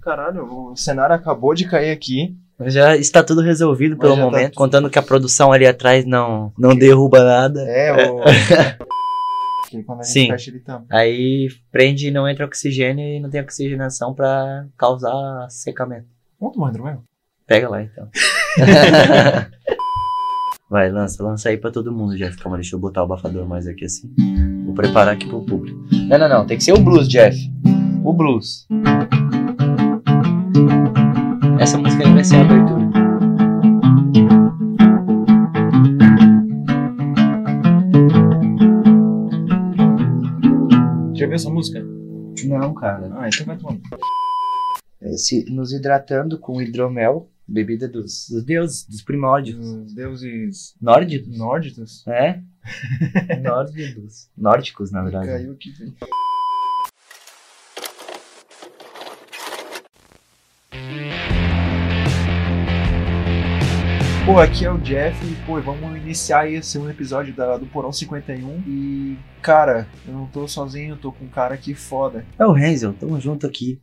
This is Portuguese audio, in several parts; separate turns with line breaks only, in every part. caralho, o cenário acabou de cair aqui.
Já está tudo resolvido pelo
já tá
momento,
tudo-
contando que a produção ali atrás não, não derruba nada.
É, o. que quando a gente
Sim.
fecha ele tampa.
Aí prende e não entra oxigênio e não tem oxigenação pra causar secamento.
Quanto mais meu?
Pega lá então. Vai, lança, lança aí pra todo mundo, Jeff. Calma, deixa eu botar o abafador mais aqui assim. Vou preparar aqui pro público. Não, não, não. Tem que ser o blues, Jeff. O blues. Essa música aí vai ser a abertura.
Já viu essa música?
Não, cara.
Ah, então vai tomando.
eh, se, nos hidratando com hidromel, bebida dos, dos deuses, dos primórdios.
Os deuses
Nórdicos?
nórdicos.
É? Nórdicos. Nórdicos, na verdade.
Caiu aqui, velho. Pô, aqui é o Jeff e, pô, vamos iniciar esse um episódio da, do Porão 51. E, cara, eu não tô sozinho, eu tô com um cara aqui foda.
É o Renzel, tamo junto aqui.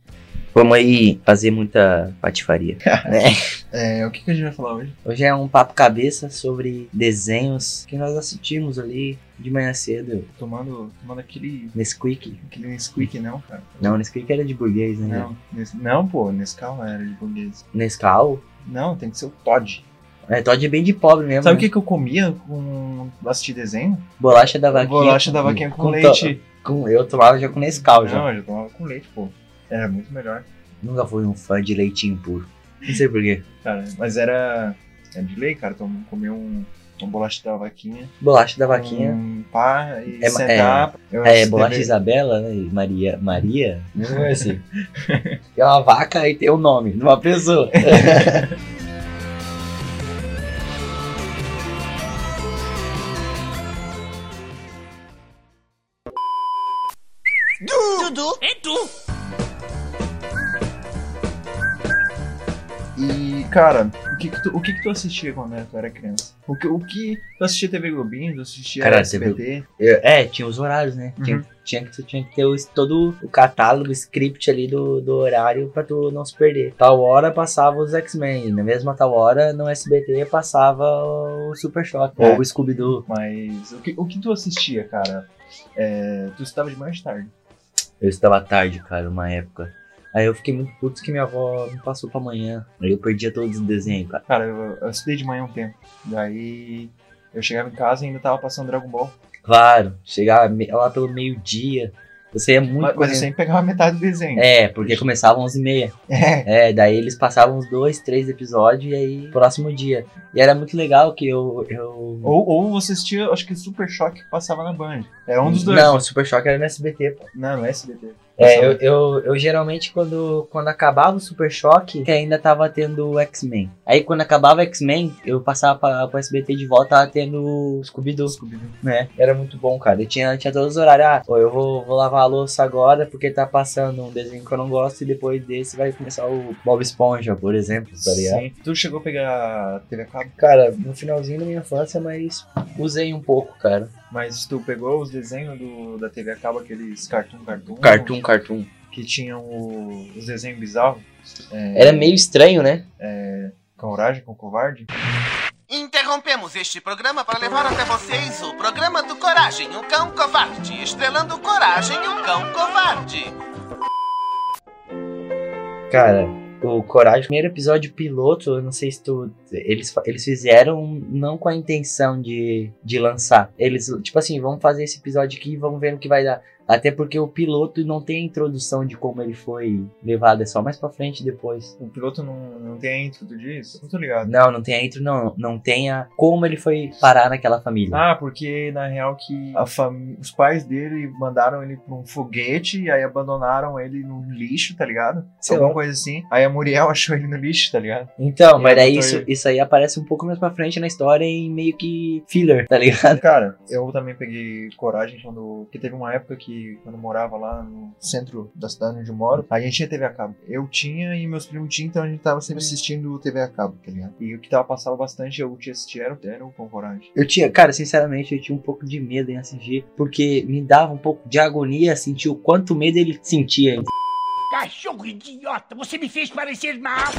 Vamos aí fazer muita patifaria. né?
É, o que, que a gente vai falar hoje?
Hoje é um papo cabeça sobre desenhos que nós assistimos ali de manhã cedo.
Tomando, tomando aquele,
Nesquik.
aquele squeak, não, cara?
Não, Nesquik era de burguês, né?
Não, nesse, não pô, nesse carro era de burguês.
Nescau.
Não, tem que ser o Todd.
É, Todd é bem de pobre mesmo.
Sabe o
né?
que, que eu comia com assistir desenho?
Bolacha da vaquinha.
Bolacha da vaquinha com,
to-
leite.
Tá com- eu tomava já com Nescau já.
Não, eu já tomava com leite, pô. Era muito melhor,
Nunca fui um fã de leitinho puro. Não sei porquê.
cara. Mas era, era de lei, cara. Então, comer um, um bolacha da vaquinha.
Bolacha da vaquinha.
Um pá e
É,
sentar. eu
É,
assisti
bolacha
TV.
Isabela, né? e Maria. Maria? Não é assim. tem uma vaca e tem o nome de uma pessoa.
E, cara, o que que tu, o que que tu assistia quando era- tu era criança? O que, o que tu assistia TV Globinho, tu assistia
Cara,
SBT?
Eu- é, tinha os horários, né?
Uhum.
Tinha, tinha que, tu tinha que ter os- todo o catálogo, o script ali do, do horário pra tu não se perder. Tal hora passava os X-Men, e na mesma tal hora no SBT passava o Super Shock,
É.
ou o Scooby-Doo.
Mas o que, o que tu assistia, cara? É, tu estava de mais tarde.
Eu estava tarde, cara, uma época. Aí eu fiquei muito puto que minha avó me passou pra manhã. Aí eu perdia todos os desenhos, cara.
Cara, eu, eu estudei de manhã um tempo. Daí eu chegava em casa e ainda tava passando Dragon Ball.
Claro, chegava me- lá pelo meio-dia. Você ia
Mas, assim,
muito
mas eu
correndo.
sempre pegava metade do desenho.
É, porque começavam às 11h30. É, daí eles passavam uns dois, três episódios e aí próximo dia. E era muito legal que eu. eu...
Ou, ou você assistia, acho que Super Choque que passava na Band. Era um dos dois.
Não, o Super Choque era no SBT, pô.
Não, no SBT.
É, eu, eu, eu geralmente quando, quando acabava o Super Choque, que ainda tava tendo o X-Men. Aí quando acabava o X-Men, eu passava pra, pro SBT de volta, tava tendo o Scooby-Doo.
Scooby-Doo.
né? Era muito bom, cara. Eu tinha, tinha todos os horários. Ah, pô, eu vou, vou lavar a louça agora porque tá passando um desenho que eu não gosto e depois desse vai começar o Bob Esponja, por exemplo, tá ligado?
Sim. Tu chegou a pegar TV a cabo,
Cara, no finalzinho da minha infância, mas usei um pouco, cara.
mas tu pegou os desenhos do, da TV a cabo, aqueles Cartoon Cartoon.
Cartoon, cartoon.
Que tinham o- os desenhos bizarros. É,
Era meio estranho, né?
Com coragem, com covarde.
Interrompemos este programa para levar até vocês o programa do Coragem, um cão covarde. Estrelando Coragem, um cão covarde.
Cara, o Coragem, o primeiro episódio piloto, eu não sei se tu. Eles, fa- eles fizeram não com a intenção de, de lançar. Eles, tipo assim, vamos fazer esse episódio aqui e vamos ver no que vai dar. Até porque o piloto não tem a introdução de como ele foi levado, é só mais pra frente depois.
O piloto não, não tem intro, tu diz? Não tô ligado.
Não, não tem a intro, não. Não tem a como ele foi parar naquela família.
Ah, porque na real que a fam- os pais dele mandaram ele pra um foguete e aí abandonaram ele no lixo, tá ligado?
Sei
Alguma
lá.
coisa assim. Aí a Muriel achou ele no lixo, tá ligado?
Então,
E
mas daí
botou
isso,
ele-
isso aí aparece um pouco mais pra frente na história em meio que filler, tá ligado?
Cara, eu também peguei coragem quando. Porque teve uma época que, quando eu morava lá no centro da cidade onde eu moro, a gente tinha TV a cabo. Eu tinha e meus primos tinham, então a gente tava sempre assistindo TV a cabo, tá ligado? E o que tava passando bastante, eu tinha assistido era o era o com coragem.
Eu tinha, cara, sinceramente, eu tinha um pouco de medo em assistir, porque me dava um pouco de agonia sentir o quanto medo ele sentia.
Cachorro idiota, você me fez parecer mal.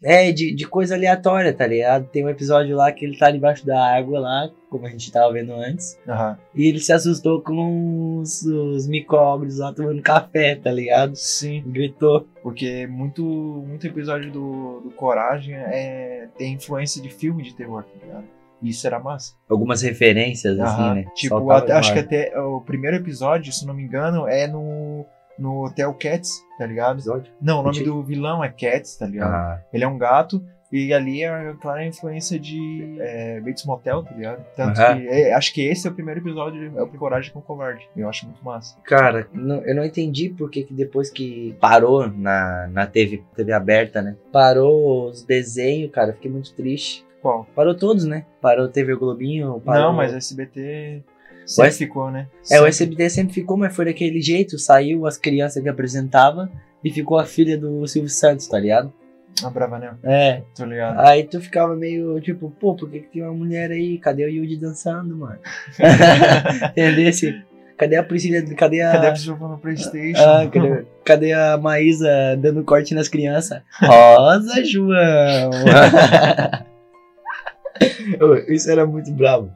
É, de, de coisa aleatória, tá ligado? Tem um episódio lá que ele tá debaixo da água lá, como a gente tava vendo antes.
Aham.
E ele se assustou com os, os micobres lá tomando café, tá ligado?
Sim.
Gritou.
Porque muito, muito episódio do, do Coragem é, tem influência de filme de terror, tá ligado? E isso era massa.
Algumas referências,
Aham.
assim, né?
Tipo,
Soltava
até- acho que
demais.
até o primeiro episódio, se não me engano, é no, no Hotel Cats, tá ligado?
Episódio?
Não, o nome
Entendi.
do vilão é Cats, tá ligado?
Ah,
Ele é um gato e ali é a clara influência de é, Bates Motel, tá ligado? Tanto
Aham.
que é, acho que esse é o primeiro episódio, é o Coragem com o Covarde. Eu acho muito massa.
cara, não- eu não entendi porque que depois que parou na, na TV, TV aberta, né? Parou os desenhos, cara, fiquei muito triste.
Qual?
Parou todos, né? Parou TV Globinho, parou...
Não, mas SBT sempre
S-
ficou, né?
É, o
Sempre.
SBT sempre ficou, mas foi daquele jeito. Saiu as crianças que apresentava e ficou a filha do Silvio Santos, tá ligado?
A Bravanel,
É.
tô ligado.
Aí tu ficava meio tipo, pô, por que, que tem uma mulher aí? Cadê o Yudi dançando, mano? Entendeu? Assim, Cadê a Priscila? Cadê a.
Cadê a pessoa jogando Playstation?
Ah, cadê, cadê a Maísa dando corte nas crianças? Rosa, João! Ô, Isso era muito bravo.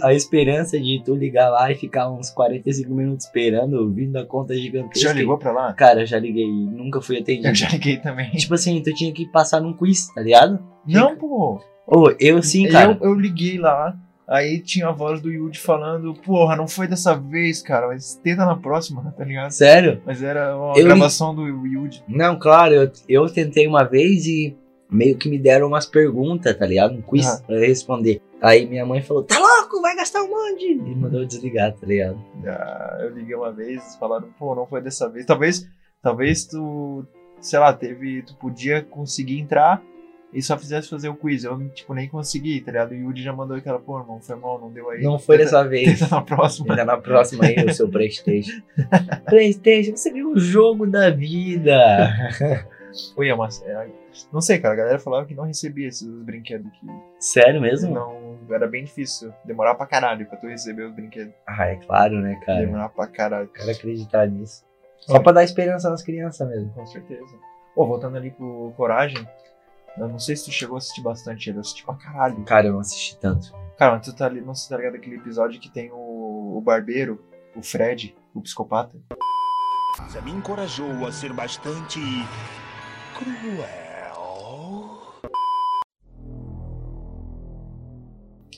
A, a esperança de tu ligar lá e ficar uns 45 minutos esperando, vindo a conta
Você
gigantesca.
já ligou pra lá?
Cara, já liguei, nunca fui atendido.
Eu já liguei também.
Tipo assim, tu tinha que passar num quiz, tá ligado?
Não, pô.
Ô, eu sim, cara.
Eu, eu liguei lá, aí tinha a voz do Yudi falando, porra, não foi dessa vez, cara, mas tenta na próxima, tá ligado?
Sério?
Mas era uma
Eu li-
gravação do Yudi.
Não, claro, eu, eu tentei uma vez e meio que me deram umas perguntas, tá ligado? Um quiz
Ah.
pra eu responder. Aí minha mãe falou, tá louco, vai gastar um monte. E mandou eu desligar, tá ligado?
Ah, eu liguei uma vez, eles falaram, pô, não foi dessa vez. Talvez, talvez tu, sei lá, teve, tu podia conseguir entrar e só fizesse fazer o quiz. Eu, tipo, nem consegui, tá ligado? O Yudi já mandou aquela, pô, irmão, foi mal, não deu aí.
Não foi
Tenta-
dessa vez.
Tenta na próxima.
Ainda na próxima aí, o seu Playstation. Playstation, você viu o jogo da vida.
Oi, mas é, não sei, cara, a galera falava que não recebia esses brinquedos que
Sério mesmo?
não era bem difícil, demorava pra caralho pra tu receber os brinquedos,
Ah, é claro, né, cara?
demorava pra caralho.
Quero acreditar nisso. Só
Sim.
pra dar esperança nas crianças mesmo.
Com certeza. Ô, voltando ali pro Coragem, eu não sei se tu chegou a assistir bastante ele, eu assisti pra caralho.
Cara, eu não assisti tanto.
Cara, mas tu tá ali, não sei se tá ligado aquele episódio que tem o, o barbeiro, o Fred, o psicopata.
Você me encorajou a ser bastante cruel.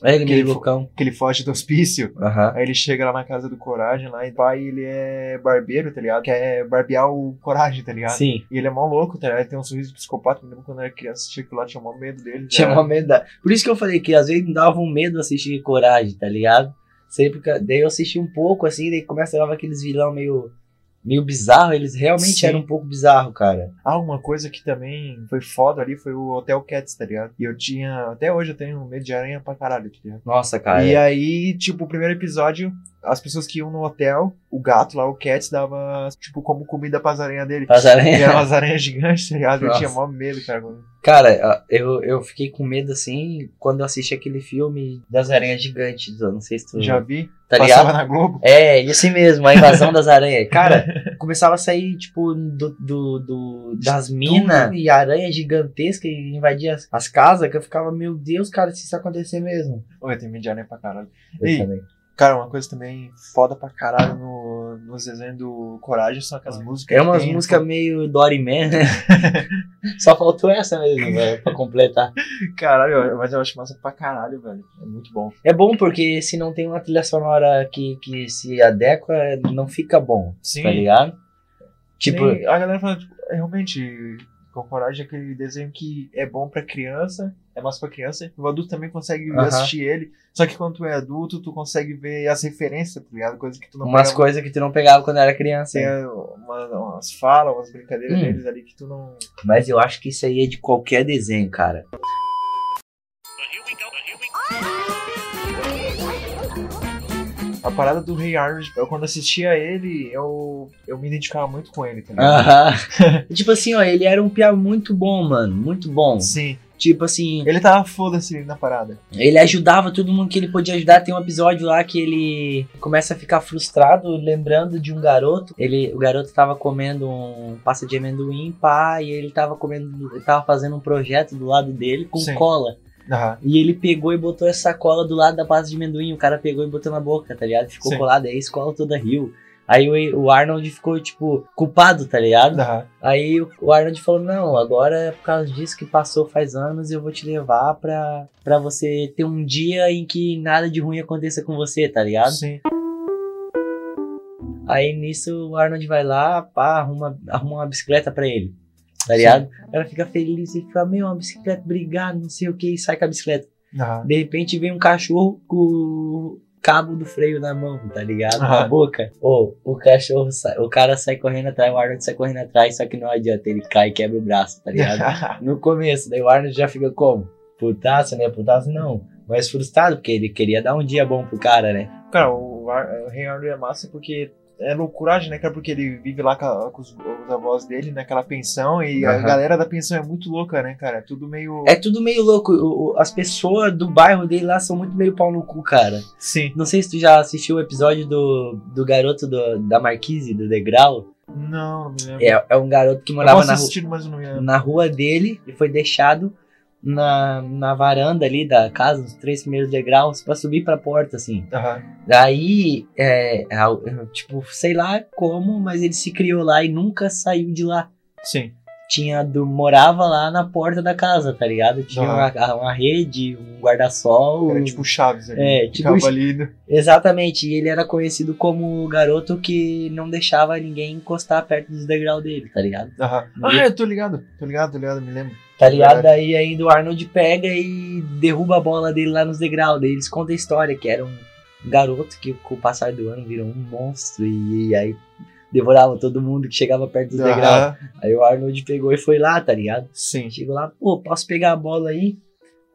É, ele
Aquele
meio
fo-
loucão.
Que ele foge do hospício.
Aham.
Aí ele chega lá na casa do Coragem lá e o pai, ele é barbeiro, tá ligado? Quer barbear o Coragem, tá ligado?
Sim.
E ele é mó louco, tá ligado? Ele tem um sorriso de psicopata. Me lembro quando eu era criança, assistia aquilo lá, tinha mó medo dele. tá
Tinha
ligado?
uma medo. da- Por isso que eu falei que às vezes me dava um medo assistir Coragem, tá ligado? Sempre que... Daí eu assisti um pouco, assim, daí começava aqueles vilão meio... Meio bizarro, eles realmente
Sim.
eram um pouco bizarro, cara.
Ah, uma coisa que também foi foda ali foi o Hotel Cats, tá ligado? E eu tinha. Até hoje eu tenho medo de aranha pra caralho, tá ligado?
Nossa, cara.
e aí, tipo, o primeiro episódio, as pessoas que iam no hotel, o gato lá, o Cats, dava, tipo, como comida pras aranhas dele.
As
E
aranhas-
eram umas aranhas gigantes, tá ligado? Eu
Ah, é. Nossa.
tinha mó medo, cara. quando-
Cara, eu, eu fiquei com medo assim quando eu assisti aquele filme das aranhas gigantes. Eu não sei se tu.
Já vi,
tá
passava
ligado?
na Globo.
É, e assim mesmo, a invasão das aranhas. Cara, começava a sair, tipo, do, do, do- das minas e aranha gigantesca e invadia as, as casas, que eu ficava, meu Deus, cara, se isso acontecer mesmo.
Ô, eu tenho medo de aranha pra caralho.
Eu
Ei,
também.
Cara, uma coisa também foda pra caralho no, nos desenhos do Coragem são aquelas músicas.
É
que
umas
tem,
músicas meio Doryman, né? Só faltou essa mesmo, velho, pra completar.
Caralho, mas eu acho massa pra caralho, velho. É muito bom.
É bom porque se não tem uma trilha sonora que, que se adequa, não fica bom,
Sim.
tá ligado? Tipo,
Nem- a galera fala, tipo, realmente, com coragem é aquele desenho que é bom pra criança, é massa pra criança, o adulto também consegue
Aham.
assistir ele, só que quando tu é adulto, tu consegue ver as referências, tá ligado? Coisa que tu não
umas
pegava.
coisas que tu não pegava quando era criança.
Tem
hein?
uma- umas falas, umas brincadeiras
Hum.
deles ali que tu não.
Mas eu acho que isso aí é de qualquer desenho, cara.
A parada do Rei Arnold, eu quando assistia ele, eu, eu me identificava muito com ele, tá ligado?
Aham. tipo assim, ó, ele era um piá muito bom, mano. Muito bom.
Sim.
Tipo assim,
Ele tava foda-se na parada.
ele ajudava todo mundo que ele podia ajudar. Tem um episódio lá que ele começa a ficar frustrado, lembrando de um garoto. Ele, o garoto tava comendo um pasta de amendoim, pá, e ele tava comendo, ele tava fazendo um projeto do lado dele com
Sim.
cola.
Aham.
E ele pegou e botou essa sacola do lado da pasta de amendoim. O cara pegou e botou na boca, tá ligado? Ficou
Sim.
colado. Aí a escola toda riu. Aí o- o Arnold ficou, tipo, culpado, tá ligado?
Aham.
Aí o- o Arnold falou: Não, agora é por causa disso que passou faz anos, eu vou te levar pra, pra você ter um dia em que nada de ruim aconteça com você, tá ligado?
Sim.
Aí nisso o Arnold vai lá, pá, arruma, arruma uma bicicleta pra ele. Tá
Sim.
ligado? Ela fica feliz e fica, meu, uma bicicleta, obrigado, não sei o que, e sai com a bicicleta.
Aham.
De repente vem um cachorro com o cabo do freio na mão, tá ligado? Na
Aham.
boca. Ou o cachorro sai, o cara sai correndo atrás, o Arnold sai correndo atrás, só que não adianta, ele cai e quebra o braço, tá ligado? no começo, daí o Arnold já fica como? Putaço, né? Putaço não. Mas frustrado, porque ele queria dar um dia bom pro cara, né?
Cara, o, Ar- o Rei Arnold é massa porque é loucuragem, né, cara? Porque ele vive lá com, a- com os, os avós dele, naquela pensão, e a
Aham.
galera da pensão é muito louca, né, cara? É tudo meio.
É tudo meio louco. o- o- as pessoas do bairro dele lá são muito meio pau no cu, cara.
Sim.
Não sei se tu já assistiu o episódio do, do garoto do- da Marquise, do Degrau.
Não, não me lembro.
É, é um garoto que
Eu
morava
posso
na rua.
assistir, mas eu não me lembro.
na rua dele e foi deixado na, na varanda ali da casa, nos três primeiros degraus, pra subir pra porta, assim.
Aham.
Daí, é, ao- tipo, sei lá como, mas ele se criou lá e nunca saiu de lá.
Sim.
Tinha, do, morava lá na porta da casa, tá ligado? Tinha
Ah.
uma, uma rede, um guarda-sol.
Era tipo o Chaves ali.
É,
Ficava
tipo-
ali. né?
Exatamente, e ele era conhecido como o garoto que não deixava ninguém encostar perto dos degraus dele, tá ligado?
Aham. Ah, eu tô ligado. Tô ligado, tô ligado, me lembro.
Tá ligado? Daí ainda o Arnold pega e derruba a bola dele lá nos degraus. Daí eles contam a história que era um garoto que com o passar do ano virou um monstro e, aí devorava todo mundo que chegava perto dos degraus.
Aham.
Aí o Arnold pegou e foi lá, tá ligado?
Sim.
Chegou lá, pô, posso pegar a bola aí?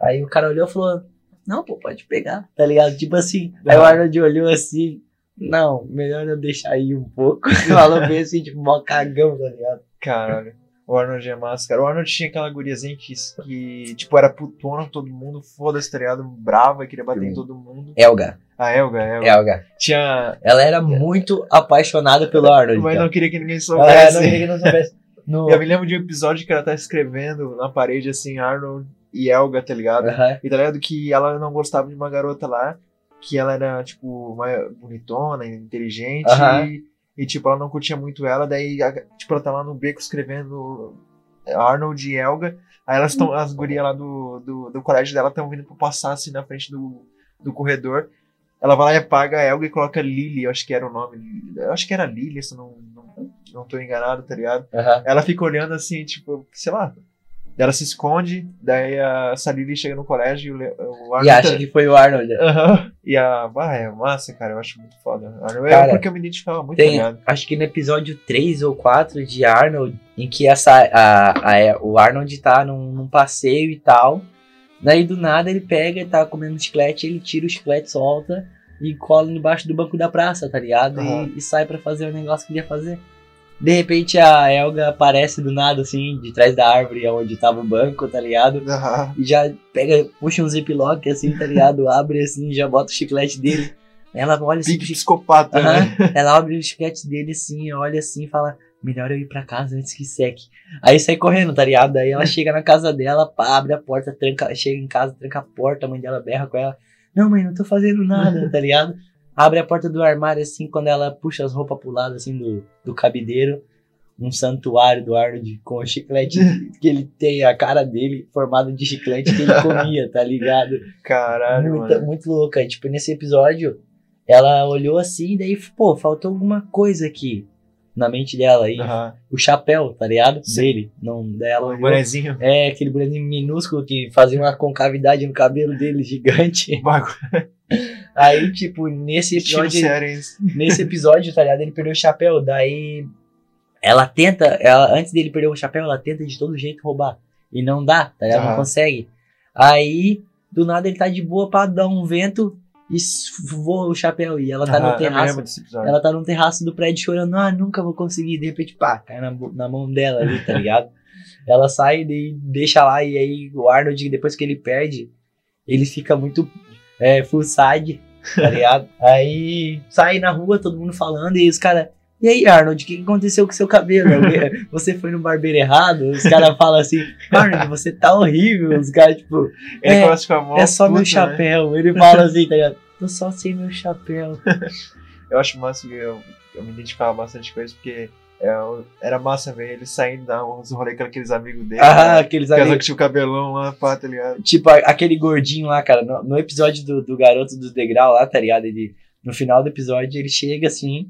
Aí o cara olhou e falou, não, pô, pode pegar, tá ligado? Tipo assim. Aí o
Aham.
Arnold olhou assim, não, melhor eu deixar aí um pouco. Falou bem assim, tipo, mó cagão, tá ligado?
Caralho. O Arnold é massa, cara. O Arnold tinha aquela guriazinha que, que tipo, era putona, todo mundo, foda-se, tá ligado? Brava, queria bater em
Sim.
todo mundo.
Elga,
A Elga, a Elga.
Elga.
Tinha.
Ela era muito apaixonada pelo Arnold.
Mas
cara.
não queria que ninguém
Ela era- não
soubesse.
queria que não soubesse. No-
Eu me lembro de um episódio que ela tá escrevendo na parede, assim, Arnold e Elga, tá ligado?
Aham.
E tá ligado que ela não gostava de uma garota lá, que ela era, tipo, mais bonitona, inteligente,
Aham.
e, e, tipo, ela não curtia muito ela, daí, a- tipo, ela tá lá no beco escrevendo eh, Arnold e Elga, aí elas estão, as gurias lá do, do, do colégio dela estão vindo pra passar, assim, na frente do, do corredor, ela vai lá e apaga a Elga e coloca Lily, eu acho que era o nome, eu acho que era Lily, se eu não, não, não tô enganado, tá ligado?
aham.
Ela fica olhando assim, tipo, sei lá. Ela se esconde, daí a Salili chega no colégio e o Le- o Arnold. é-
E acha que foi o Arnold.
Aham. E a. Ah, é massa, cara, eu acho muito foda. Arnold é
Cara,
porque eu me identificava muito, tá
Tem,
ligado?
acho que no episódio 3 ou 4 de Arnold, em que essa, a, a- o Arnold tá num, num passeio e tal. Daí do nada ele pega e tá comendo chiclete, ele tira o chiclete, solta e cola embaixo do banco da praça, tá ligado? E-
Aham.
E, sai pra fazer o negócio que ele ia fazer. De repente a Elga aparece do nada, assim, de trás da árvore onde tava o banco, tá ligado?
Aham.
e já pega, puxa um ziplock assim, tá ligado? Abre assim, já bota o chiclete dele. Ela olha assim,
Big
pro chi-
psicopata, né?
Aham. ela abre o chiclete dele assim, olha assim e fala: Melhor eu ir pra casa antes que seque. Aí sai correndo, tá ligado? Aí ela chega na casa dela, pá, abre a porta, tranca, chega em casa, tranca a porta, a mãe dela berra com ela: Não, mãe, não tô fazendo nada, tá ligado? Abre a porta do armário assim, quando ela puxa as roupas pro lado assim do, do cabideiro. Um santuário do Arnold com o chiclete que ele tem, a cara dele formada de chiclete que ele comia, tá ligado?
Caralho,
muito,
mano.
muito louca. E, Tipo, nesse episódio, ela olhou assim e daí, pô, faltou alguma coisa aqui na mente dela. aí
Aham.
o chapéu, tá ligado?
Sim.
Dele, não dela.
O
olhou.
bonezinho.
É, aquele bonezinho minúsculo que fazia uma concavidade no cabelo dele, gigante.
Bagulho
Aí, tipo, nesse
tiro
episódio,
sério, hein?
nesse episódio, tá ligado? Ele perdeu o chapéu. Daí, ela tenta, ela, antes dele perder o chapéu, ela tenta de todo jeito roubar. E não dá, tá ligado? Não
Aham.
consegue. Aí, do nada, ele tá de boa pra dar um vento e s- voa o chapéu. E ela tá
Aham,
no
eu me
terraço.
lembro desse episódio.
Ela tá no terraço do prédio chorando, ah, nunca vou conseguir. De repente, pá, cai na, bo- na mão dela ali, tá ligado? Ela sai e deixa lá, e aí o Arnold, depois que ele perde, ele fica muito é, full side, tá ligado? aí sai na rua, todo mundo falando, e os caras. E aí, Arnold, o que aconteceu com seu cabelo? Você foi no barbeiro errado? Os caras falam assim, Arnold, você tá horrível. Os caras, tipo,
Ele
É,
começa com a mão.
é só meu
puto, né?
chapéu. Ele fala assim, tá ligado? Tô só sem meu chapéu.
Eu acho massa que eu, eu me identificava bastante com isso, porque eu- era massa ver ele saindo da uns rolê com aqueles amigos dele.
Ah,
né?
aqueles
Casal
amigos.
que tinha o cabelão lá, pá, tá ligado?
Tipo, a- aquele gordinho lá, cara, no, no episódio do, do garoto do degrau lá, tá ligado? Ele, no final do episódio, ele chega assim.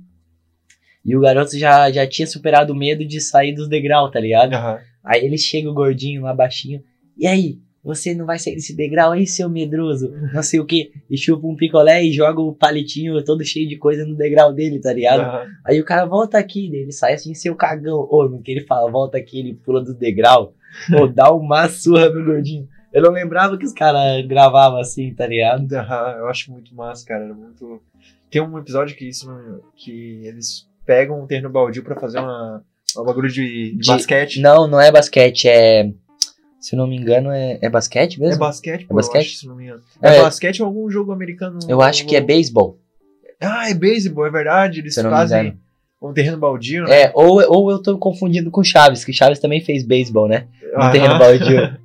E o garoto já, já tinha superado o medo de sair dos degrau, tá ligado?
Aham.
Aí ele chega o gordinho lá baixinho. E aí, você não vai sair desse degrau aí, seu medroso? Não sei o quê. E chupa um picolé e joga o palitinho todo cheio de coisa no degrau dele, tá ligado?
aham.
Aí o cara volta aqui, daí ele sai assim, seu cagão. Ô, no que ele fala, volta aqui, ele pula do degrau. Ou dá uma surra no gordinho. Eu não lembrava que os caras gravavam assim, tá ligado?
Aham, Eu acho muito massa, cara. Era muito. Tem um episódio que isso que eles pegam um terno baldio pra fazer uma, uma bagulho de, de
De-
basquete.
Não, não é basquete, é. Se eu não me engano, é, é basquete
É
mesmo?
basquete, pô,
basquete?
Eu acho, se não me engano. É,
É.
basquete ou algum jogo americano?
eu acho que é beisebol,
Ah, é beisebol, é verdade. Eles
se eu não me
fazem
engano.
um terreno baldio, né?
É, ou, ou eu tô confundindo com Chaves, que Chaves também fez beisebol, né? No
Aham.
terreno baldio.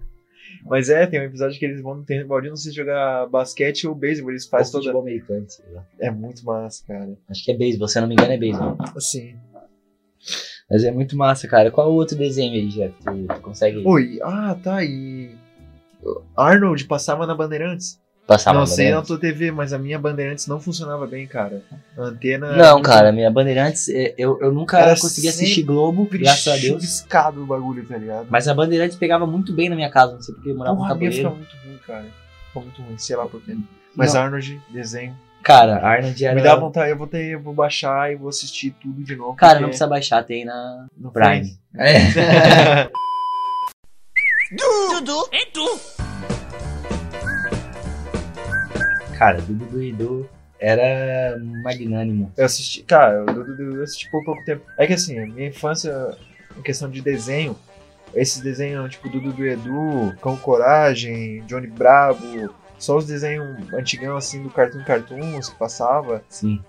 Mas é, tem um episódio que eles vão no terreno baldio, não sei se jogar basquete ou beisebol, eles fazem
Ou
toda...
futebol americano, sei lá.
É muito massa, cara.
Acho que é beisebol, se eu não me engano, é beisebol.
Assim...
Mas é muito massa, cara. Qual o outro desenho aí, Jeff? Tu, tu consegue
Oi, ah, tá, e... Arnold passava na Bandeirantes.
passar
não
mais ou
sei na
menos?
tua TV, mas a minha Bandeirantes não funcionava bem, cara. A antena...
Não, cara, minha Bandeirantes, é, eu, eu nunca
Era
consegui assistir
sempre
Globo, graças a Deus.
Chuviscado o bagulho, tá ligado?
Mas a Bandeirantes pegava muito bem na minha casa, não sei porque eu morava no
Porra, a minha
tabuleiro.
ficava muito ruim, cara. Ficou muito ruim, sei lá porquê. Mas
Não.
Arnold, desenho...
Cara, Arnold era.
Me um dá vontade, eu vou ter, eu vou baixar e vou assistir tudo de É. novo.
Cara,
porque
não precisa baixar, tem na
não foi-
Prime.
Dudu,
Cara, Dudu do Idu era magnânimo.
Eu assisti, cara, eu, eu- eu assisti por pouco tempo. É que assim, a minha infância, em questão de desenho, esses desenhos tipo Dudu do Edu, Cão Coragem, Johnny Bravo, só os desenhos antigão assim do Cartoon Cartoons que passava,
Sim.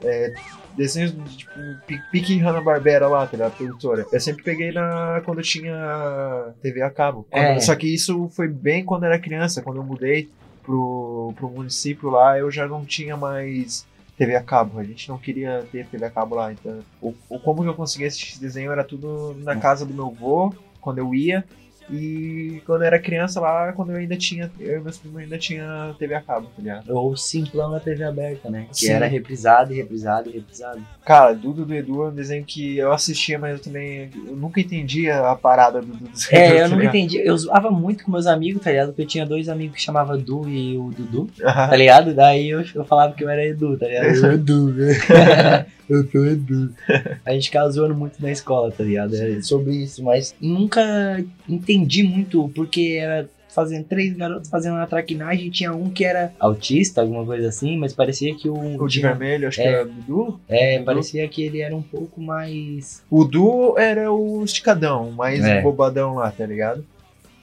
desenhos de, tipo Pi- Pique Hanna Barbera lá, tá ligado? Produtora. Eu sempre peguei na quando eu tinha TV a cabo. Quando-
É.
Só que isso foi bem quando eu era criança, quando eu mudei pro, pro município lá, eu já não tinha mais TV a cabo. A gente não queria ter TV a cabo lá, então o, o como que eu conseguia assistir esse desenho era tudo na casa do meu avô, quando eu ia. E quando eu era criança lá, quando eu ainda tinha, eu e meus primos ainda tinha TV a cabo, tá ligado?
Ou o Simplão da TV aberta, né? Que
Sim.
era reprisado, e reprisado, e reprisado.
Cara, Dudu do Edu é um desenho que eu assistia, mas eu também eu nunca entendi a parada do Dudu do Edu.
É, eu
tá
não
ligado?
entendi. Eu zoava muito com meus amigos, tá ligado? Porque eu tinha dois amigos que chamavam Du e o Dudu. tá
Aham.
ligado? Daí eu, eu falava que eu era Edu, tá ligado? Eu Edu, né? eu sou Edu. A gente ficava zoando muito na escola, tá ligado? Era sobre isso, mas nunca entendi muito porque era fazendo três garotos fazendo uma traquinagem e tinha um que era autista, alguma coisa assim, mas parecia que o,
O de
tinha-
vermelho, acho
É.
que era o Dudu.
é, parecia que ele era um pouco mais
O Du era o esticadão, o mais
É.
bobadão lá, tá ligado?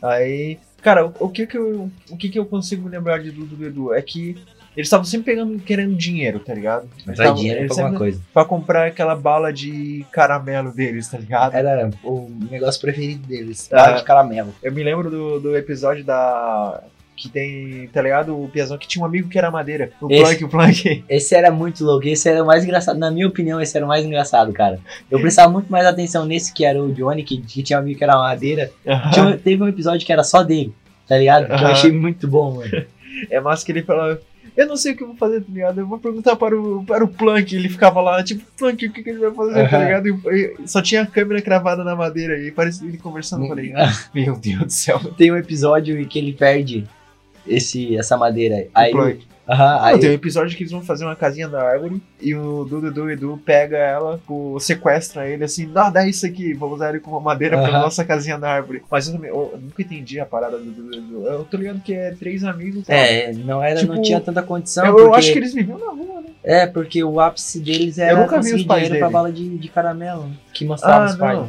Aí, cara, o, o que que eu, o que que eu consigo lembrar de Dudu do Edu é que eles estavam sempre pegando, querendo dinheiro, tá ligado? Eles
Mas
tavam-
dinheiro é
eles
né, pra alguma
sempre-
coisa.
Pra comprar aquela bala de caramelo deles, tá ligado?
Era o negócio preferido deles,
Ah.
bala de caramelo.
Eu me lembro do, do episódio da. Que tem, tá ligado? O Piazão que tinha um amigo que era madeira. O
Esse.
Plank, o Plank.
Esse era muito louco, esse era o mais engraçado. Na minha opinião, esse era o mais engraçado, cara. Eu prestava muito mais atenção nesse que era o Johnny, que, que tinha um amigo que era madeira. Tinha um- teve um episódio que era só dele, tá ligado? Que eu
Aham.
achei muito bom, mano.
É massa que ele falava. Eu não sei o que eu vou fazer, tá ligado? Eu vou perguntar para o, para o Plank. Ele ficava lá, tipo, Plank, o que, que ele vai fazer, tá
Aham.
ligado? E, e só tinha a câmera cravada na madeira e parecia ele conversando. Eu falei, meu Deus do céu.
Tem um episódio em que ele perde esse, essa madeira. Aí,
o Plank.
aham,
Não, tem um
aí
episódio que eles vão fazer uma casinha da árvore e o Dudu do Edu pega ela, o, sequestra ele assim, ah, dá isso aqui, vou usar ele como madeira pra
Aham.
nossa casinha da árvore. Mas eu, também, eu, nunca entendi a parada do Dudu do Edu. Eu tô ligado que é três amigos. tá?
é, não era, não
Tipo,
tinha tanta condição.
eu, eu
porque,
acho que eles viviam na rua, né?
É, porque o ápice deles era
nunca vi
conseguir
os pais
dinheiro pra
dele. Ah,
bala de, de caramelo. Que mostrava os pais.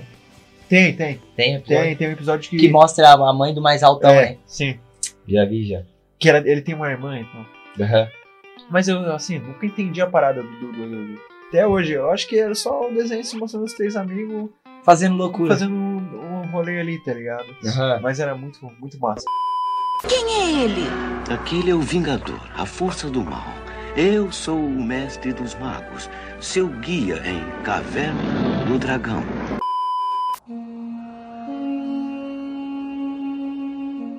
Tem, tem.
Tem episódio
Tem, tem um episódio que.
que mostra a mãe do mais altão,
é,
né?
sim.
Já vi, já.
Que era, ele tem uma irmã, então. Mas eu, assim, nunca entendi a parada do. do- do- do- Até hoje, eu acho que era só o desenho se mostrando os três amigos
Fazendo loucura.
fazendo um, um rolê ali, tá ligado?
Aham.
Mas era muito, muito massa.
Aquele é o Vingador, a força do mal. Eu sou o mestre dos magos, seu guia em Caverna do Dragão.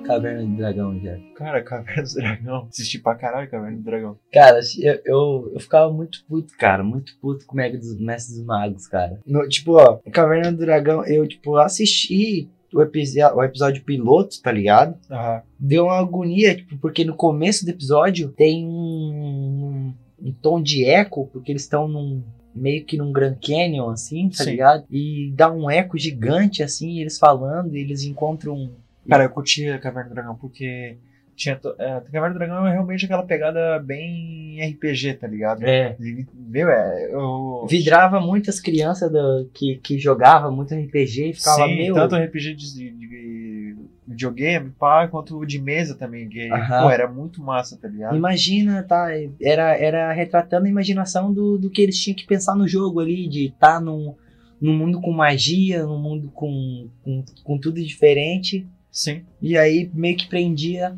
Caverna do Dragão, já.
Cara, Caverna do Dragão. Assisti pra caralho Caverna do Dragão.
Cara, eu, eu, eu ficava muito puto, cara. Muito puto com o Mega dos Mestre dos Magos, cara. No, tipo, ó, Caverna do Dragão, eu, tipo, assisti o, episo- o episódio piloto, tá ligado?
Aham.
Deu uma agonia, tipo, porque no começo do episódio tem um, um tom de eco, porque eles estão num. Meio que num Grand Canyon, assim, tá
Sim.
ligado? E dá um eco gigante, assim, eles falando, e eles encontram um.
Cara, eu curtia Caverna do Dragão porque. Tinha to... é, Caverna do Dragão é realmente aquela pegada bem RPG, tá ligado?
É.
E, Meu, é. Eu...
Vidrava muitas crianças do- que, que jogava muito RPG e ficava
Sim,
meio.
tanto RPG de, de videogame, pá, quanto de mesa também. Que,
Aham.
pô, era muito massa, tá ligado?
Imagina, tá? Era, era retratando a imaginação do, do que eles tinham que pensar no jogo ali, de estar tá num, num mundo com magia, num mundo com, com, com tudo diferente.
Sim,
E aí meio que prendia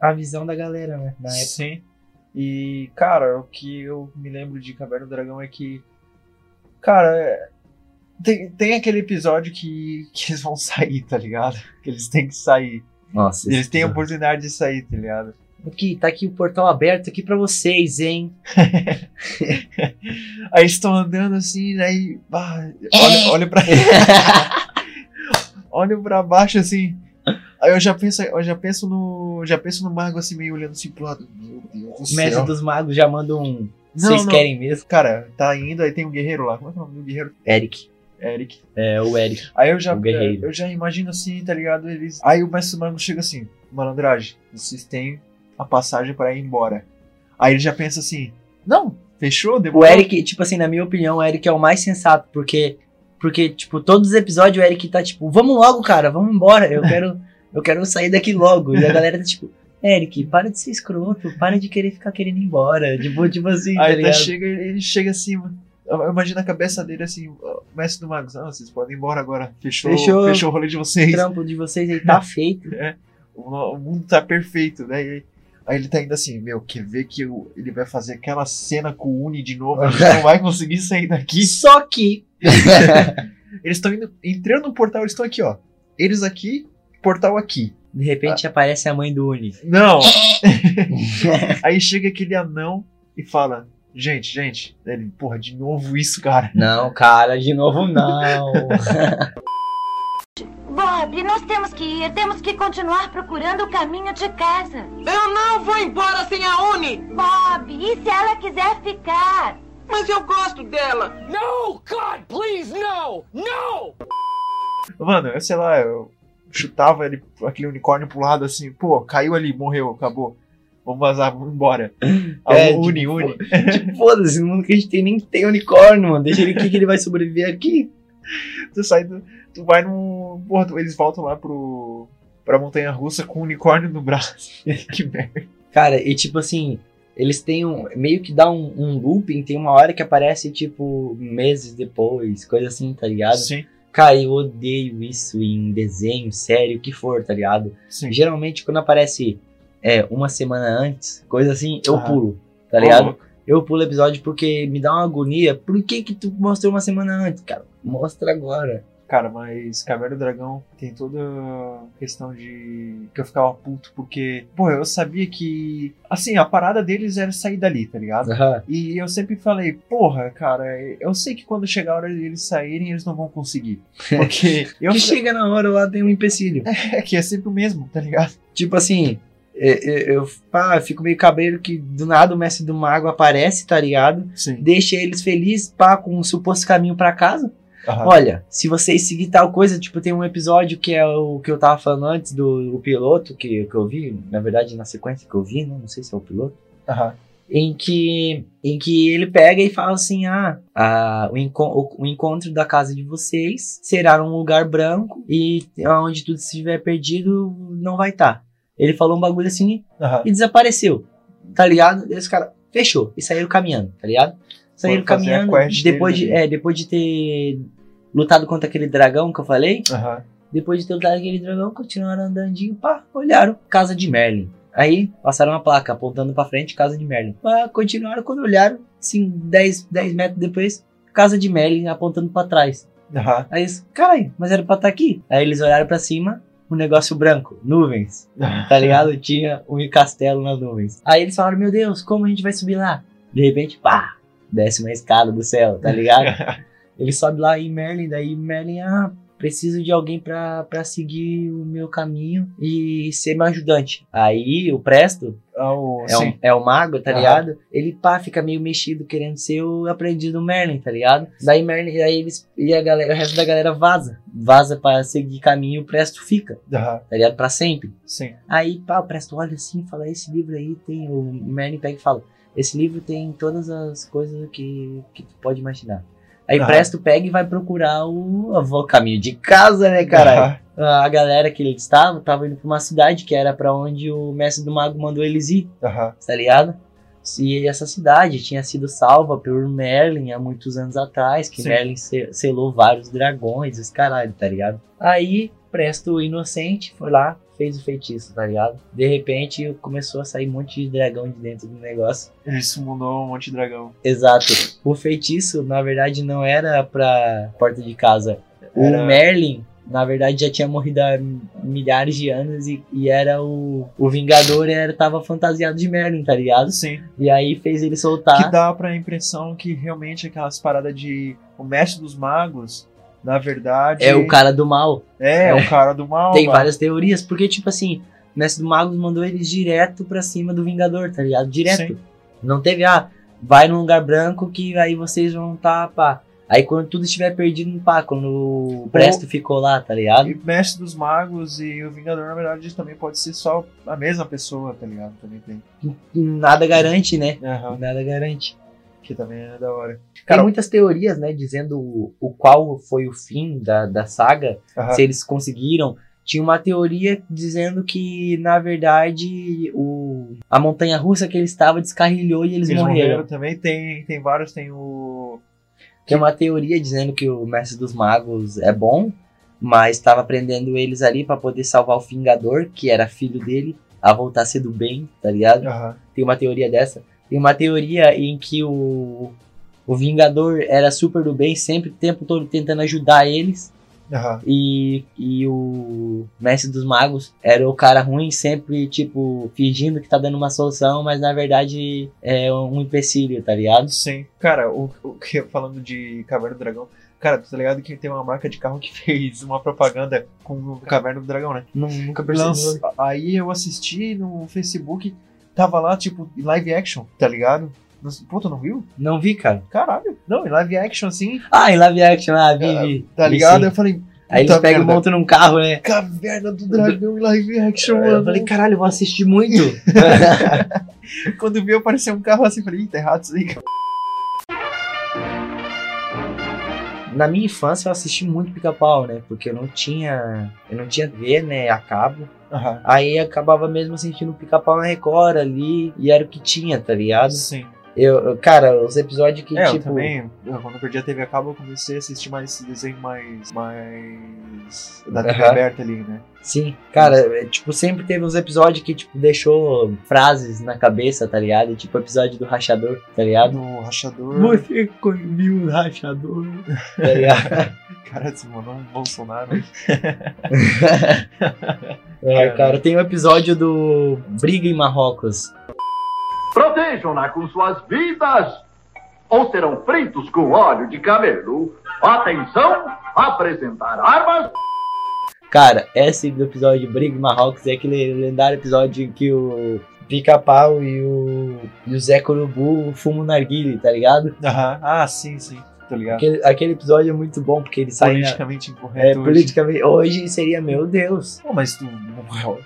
a visão da galera, né? Na época.
sim. E, cara, o que eu me lembro de Caverna do Dragão é que. Cara, é- tem, tem aquele episódio que, que eles vão sair, tá ligado? Que eles têm que sair.
Nossa.
Eles têm a oportunidade de sair, tá ligado?
Aqui, tá aqui o portal aberto aqui pra vocês, hein?
Aí eles estão andando assim, aí. bah, olha, olha pra. olho pra baixo assim. Aí eu já penso, eu já penso no. Já penso no mago assim, meio olhando assim pro lado. Meu Deus do
O mestre
céu.
dos magos já manda um.
Não,
Vocês
não.
querem mesmo?
Cara, tá indo, aí tem um guerreiro lá. Como é que é o nome do guerreiro?
Eric.
Eric.
É, o Eric.
Aí eu já,
O guerreiro.
eu já imagino assim, tá ligado? Eles. Aí o mestre mago chega assim, malandragem, vocês têm a passagem pra ir embora. Aí ele já pensa assim, não, fechou?
O
demorou."
Eric, tipo assim, na minha opinião, o Eric é o mais sensato, porque, porque tipo, todos os episódios o Eric tá tipo, vamos logo, cara, vamos embora, eu quero, eu quero sair daqui logo. E a galera tá tipo, Eric, para de ser escroto, para de querer ficar querendo ir embora. Tipo, tipo assim, tá
Aí até
ligado?
chega, ele chega assim, mano. Eu imagino a cabeça dele assim, o mestre do Mago, ah, vocês podem ir embora agora. Fechou,
Fechou.
fechou, o rolê de vocês.
O trampo de vocês aí tá feito.
O, no- o mundo tá perfeito, né? E aí ele tá indo assim, meu, quer ver que eu- ele vai fazer aquela cena com o Uni de novo, a gente não vai conseguir sair daqui.
Só que.
Eles estão indo, entrando no portal, eles estão aqui, ó. Eles aqui, portal aqui.
De repente aparece a mãe do Uni.
Não! aí chega aquele anão e fala, gente, gente. Aí Ele, porra, de novo isso, cara.
Não, cara, de novo não.
Bob, nós temos que ir. Temos que continuar procurando o caminho de casa.
Eu não vou embora sem a Uni!
Bob, e se ela quiser ficar?
Mas eu gosto dela!
Mano, eu sei lá, eu chutava ele, aquele unicórnio pro lado assim, pô, caiu ali, morreu, acabou. Vamos vazar, vamos embora. É,
É, tipo,
uni, uni.
tipo, foda-se, no mundo que a gente tem nem tem unicórnio, mano. Deixa ele aqui que ele vai sobreviver aqui.
Tu sai do. Tu vai num. Porra, tu- eles voltam lá pro. pra montanha russa com o unicórnio no braço. que merda.
Cara, e tipo assim, eles têm um. Meio que dá um, um looping, tem uma hora que aparece, tipo, meses depois, coisa assim, tá ligado?
Sim,
Cara, eu odeio isso em desenho, série, o que for, tá ligado?
sim.
Geralmente quando aparece é, uma semana antes, coisa assim, eu
Ah.
pulo, tá
Ô,
ligado?
louco.
Eu pulo o episódio porque me dá uma agonia. Por que que tu mostrou uma semana antes, cara? Mostra agora.
Cara, mas Caverna do Dragão tem toda a questão de. que eu ficava puto, porque. Pô, eu sabia que. Assim, a parada deles era sair dali, tá ligado?
Aham.
E eu sempre falei, porra, cara, eu sei que quando chegar a hora deles saírem, eles não vão conseguir. Porque eu
Que chega na hora lá tem um empecilho.
é que é sempre o mesmo, tá ligado?
Tipo assim, é, é, eu, pá, eu fico meio cabreiro que do nada o mestre do mago aparece, tá ligado?
Sim.
Deixa eles felizes, pá, com um suposto caminho pra casa.
Aham.
Olha, se vocês seguir tal coisa, tipo, tem um episódio que é o que eu tava falando antes do o piloto que, que eu vi, na verdade, na sequência que eu vi, né? Não sei se é o piloto.
Aham.
em que em que ele pega e fala assim: ah, ah, o, encon- o- o encontro da casa de vocês será num lugar branco e onde tudo estiver perdido não vai estar. Ele falou um bagulho assim
Aham.
e desapareceu, tá ligado? Esse cara fechou e saíram caminhando, tá ligado? Saíram
Foram fazer a
caminhando
quest
depois de,
dele.
é, depois de ter lutado contra aquele dragão que eu falei.
Aham.
Depois de ter lutado aquele dragão, continuaram andandinho, pá, olharam, casa de Merlin. Aí, passaram uma placa apontando pra frente, casa de Merlin. Pá, continuaram, quando olharam, assim, 10, 10 metros depois, casa de Merlin apontando pra trás.
Aham.
Aí eles, caralho, mas era pra estar aqui. Aí eles olharam pra cima, um negócio branco, nuvens, tá ligado? Tinha um castelo nas nuvens. Aí eles falaram, meu Deus, como a gente vai subir lá? De repente, pá, desce uma escada do céu, tá ligado? Ele sobe lá em Merlin, daí Merlin, ah, preciso de alguém pra, pra seguir o meu caminho e ser meu ajudante. Aí o Presto,
Ah, o-
é,
sim.
um, é o mago, tá
Aham.
ligado? Ele, pá, fica meio mexido querendo ser o aprendiz do Merlin, tá ligado? Daí Merlin, aí eles, e a galera, o resto da galera vaza. Vaza pra seguir caminho e o Presto fica,
Aham.
tá ligado? Pra sempre.
Sim.
Aí, pá, o Presto olha assim e fala: Esse livro aí tem. O Merlin pega e fala: Esse livro tem todas as coisas que, que tu pode imaginar. Aí
Aham.
Presto pega e vai procurar o, o caminho de casa, né, caralho?
Aham.
A galera que ele estava, tava indo pra uma cidade que era pra onde o mestre do mago mandou eles ir,
Aham.
tá ligado? E essa cidade tinha sido salva por Merlin há muitos anos atrás, que
Sim.
Merlin se- selou vários dragões, os caralho, tá ligado? Aí, Presto inocente foi lá, fez o feitiço, tá ligado? De repente, começou a sair um monte de dragão de dentro do negócio.
Ele sumulou um monte de dragão.
Exato. O feitiço, na verdade, não era pra porta de casa.
Era-
O Merlin, na verdade, já tinha morrido há milhares de anos e, e era o... O Vingador era, tava fantasiado de Merlin, tá ligado?
Sim.
E aí fez ele
Que
soltar.
dá pra impressão que realmente aquelas paradas de o mestre dos magos, na verdade.
É o cara do mal.
É, é o cara do mal.
Tem
mano.
várias teorias, porque, tipo assim, o Mestre do Mago mandou eles direto pra cima do Vingador, tá ligado? Direto.
Sim.
Não teve, ah, vai num lugar branco que aí vocês vão tá, pá. Aí quando tudo estiver perdido, pá, quando o Presto ficou lá, tá ligado?
E o mestre dos magos e o Vingador, na verdade, também pode ser só a mesma pessoa, tá ligado? Também tem.
Nada garante, né?
Aham.
Nada garante.
Que também é da hora.
Tem
Cara,
muitas teorias, né, dizendo o, o qual foi o fim da, da saga,
Aham.
se eles conseguiram. Tinha uma teoria dizendo que, na verdade, o, a montanha russa que ele estava descarrilhou e eles,
Eles
morreram.
morreram também. Tem, tem vários, tem o.
Tem uma teoria dizendo que o Mestre dos Magos é bom, mas estava prendendo eles ali para poder salvar o Vingador, que era filho dele, a voltar a ser do bem, tá ligado?
Aham.
Tem uma teoria dessa. Tem uma teoria em que o, o Vingador era super do bem, sempre o tempo todo tentando ajudar eles.
Aham.
E, e o mestre dos magos era o cara ruim, sempre, tipo, fingindo que tá dando uma solução, mas na verdade é um empecilho, tá ligado?
Sim. Cara, o, o que falando de Caverna do Dragão. Cara, tu tá ligado que tem uma marca de carro que fez uma propaganda com o Caverna do Dragão, né?
nunca
Lança- Aí eu assisti no Facebook, tava lá, tipo, em live action, tá ligado? Nossa, Pô, tu não viu?
Não vi, cara.
Caralho. Não, em live action, assim,
Ah, em live action, ah, vi,
Ah,
vi.
tá
Vi,
ligado?
sim.
Eu falei,
Aí eles
puta
pegam e
merda.
montam num carro, né?
Caverna do Dragão em live action,
Eu
mano.
falei, caralho, eu vou assistir muito.
Quando viu aparecer um carro assim, eu falei, eita, errado isso aí, cara.
Na minha infância eu assisti muito pica-pau, né? Porque eu não tinha. Eu não tinha ver, né? A cabo.
Aham.
Aí acabava mesmo sentindo o pica-pau na Record ali, e era o que tinha, tá ligado?
Sim.
Eu, eu- cara, os episódios que,
É, eu
tipo.
também, eu, quando eu perdi a TV a cabo, eu comecei a assistir mais esse desenho mais. mais. da TV
Aham.
aberta ali, né?
Sim, cara, é, tipo, sempre teve uns episódios que, tipo, deixou frases na cabeça, tá ligado? Tipo, episódio do rachador, tá ligado?
Do rachador.
Você viu o rachador, tá ligado?
Cara, desmanou um Bolsonaro.
É, cara, tem um episódio do Briga em Marrocos.
Protejam-na com suas vidas ou serão fritos com óleo de camelo. Atenção, apresentar armas.
Cara, esse do episódio de Briga em Marrocos é aquele lendário episódio em que o Pica-Pau e o, e o Zé Corubu fumam narguile, tá ligado?
Aham. Ah, sim, sim. tá ligado?
Aquele, aquele episódio é muito bom, porque ele sai. na-
Politicamente
É,
incorreto. hoje.
politicamente. Hoje seria, meu Deus.
Pô, mas tu, um,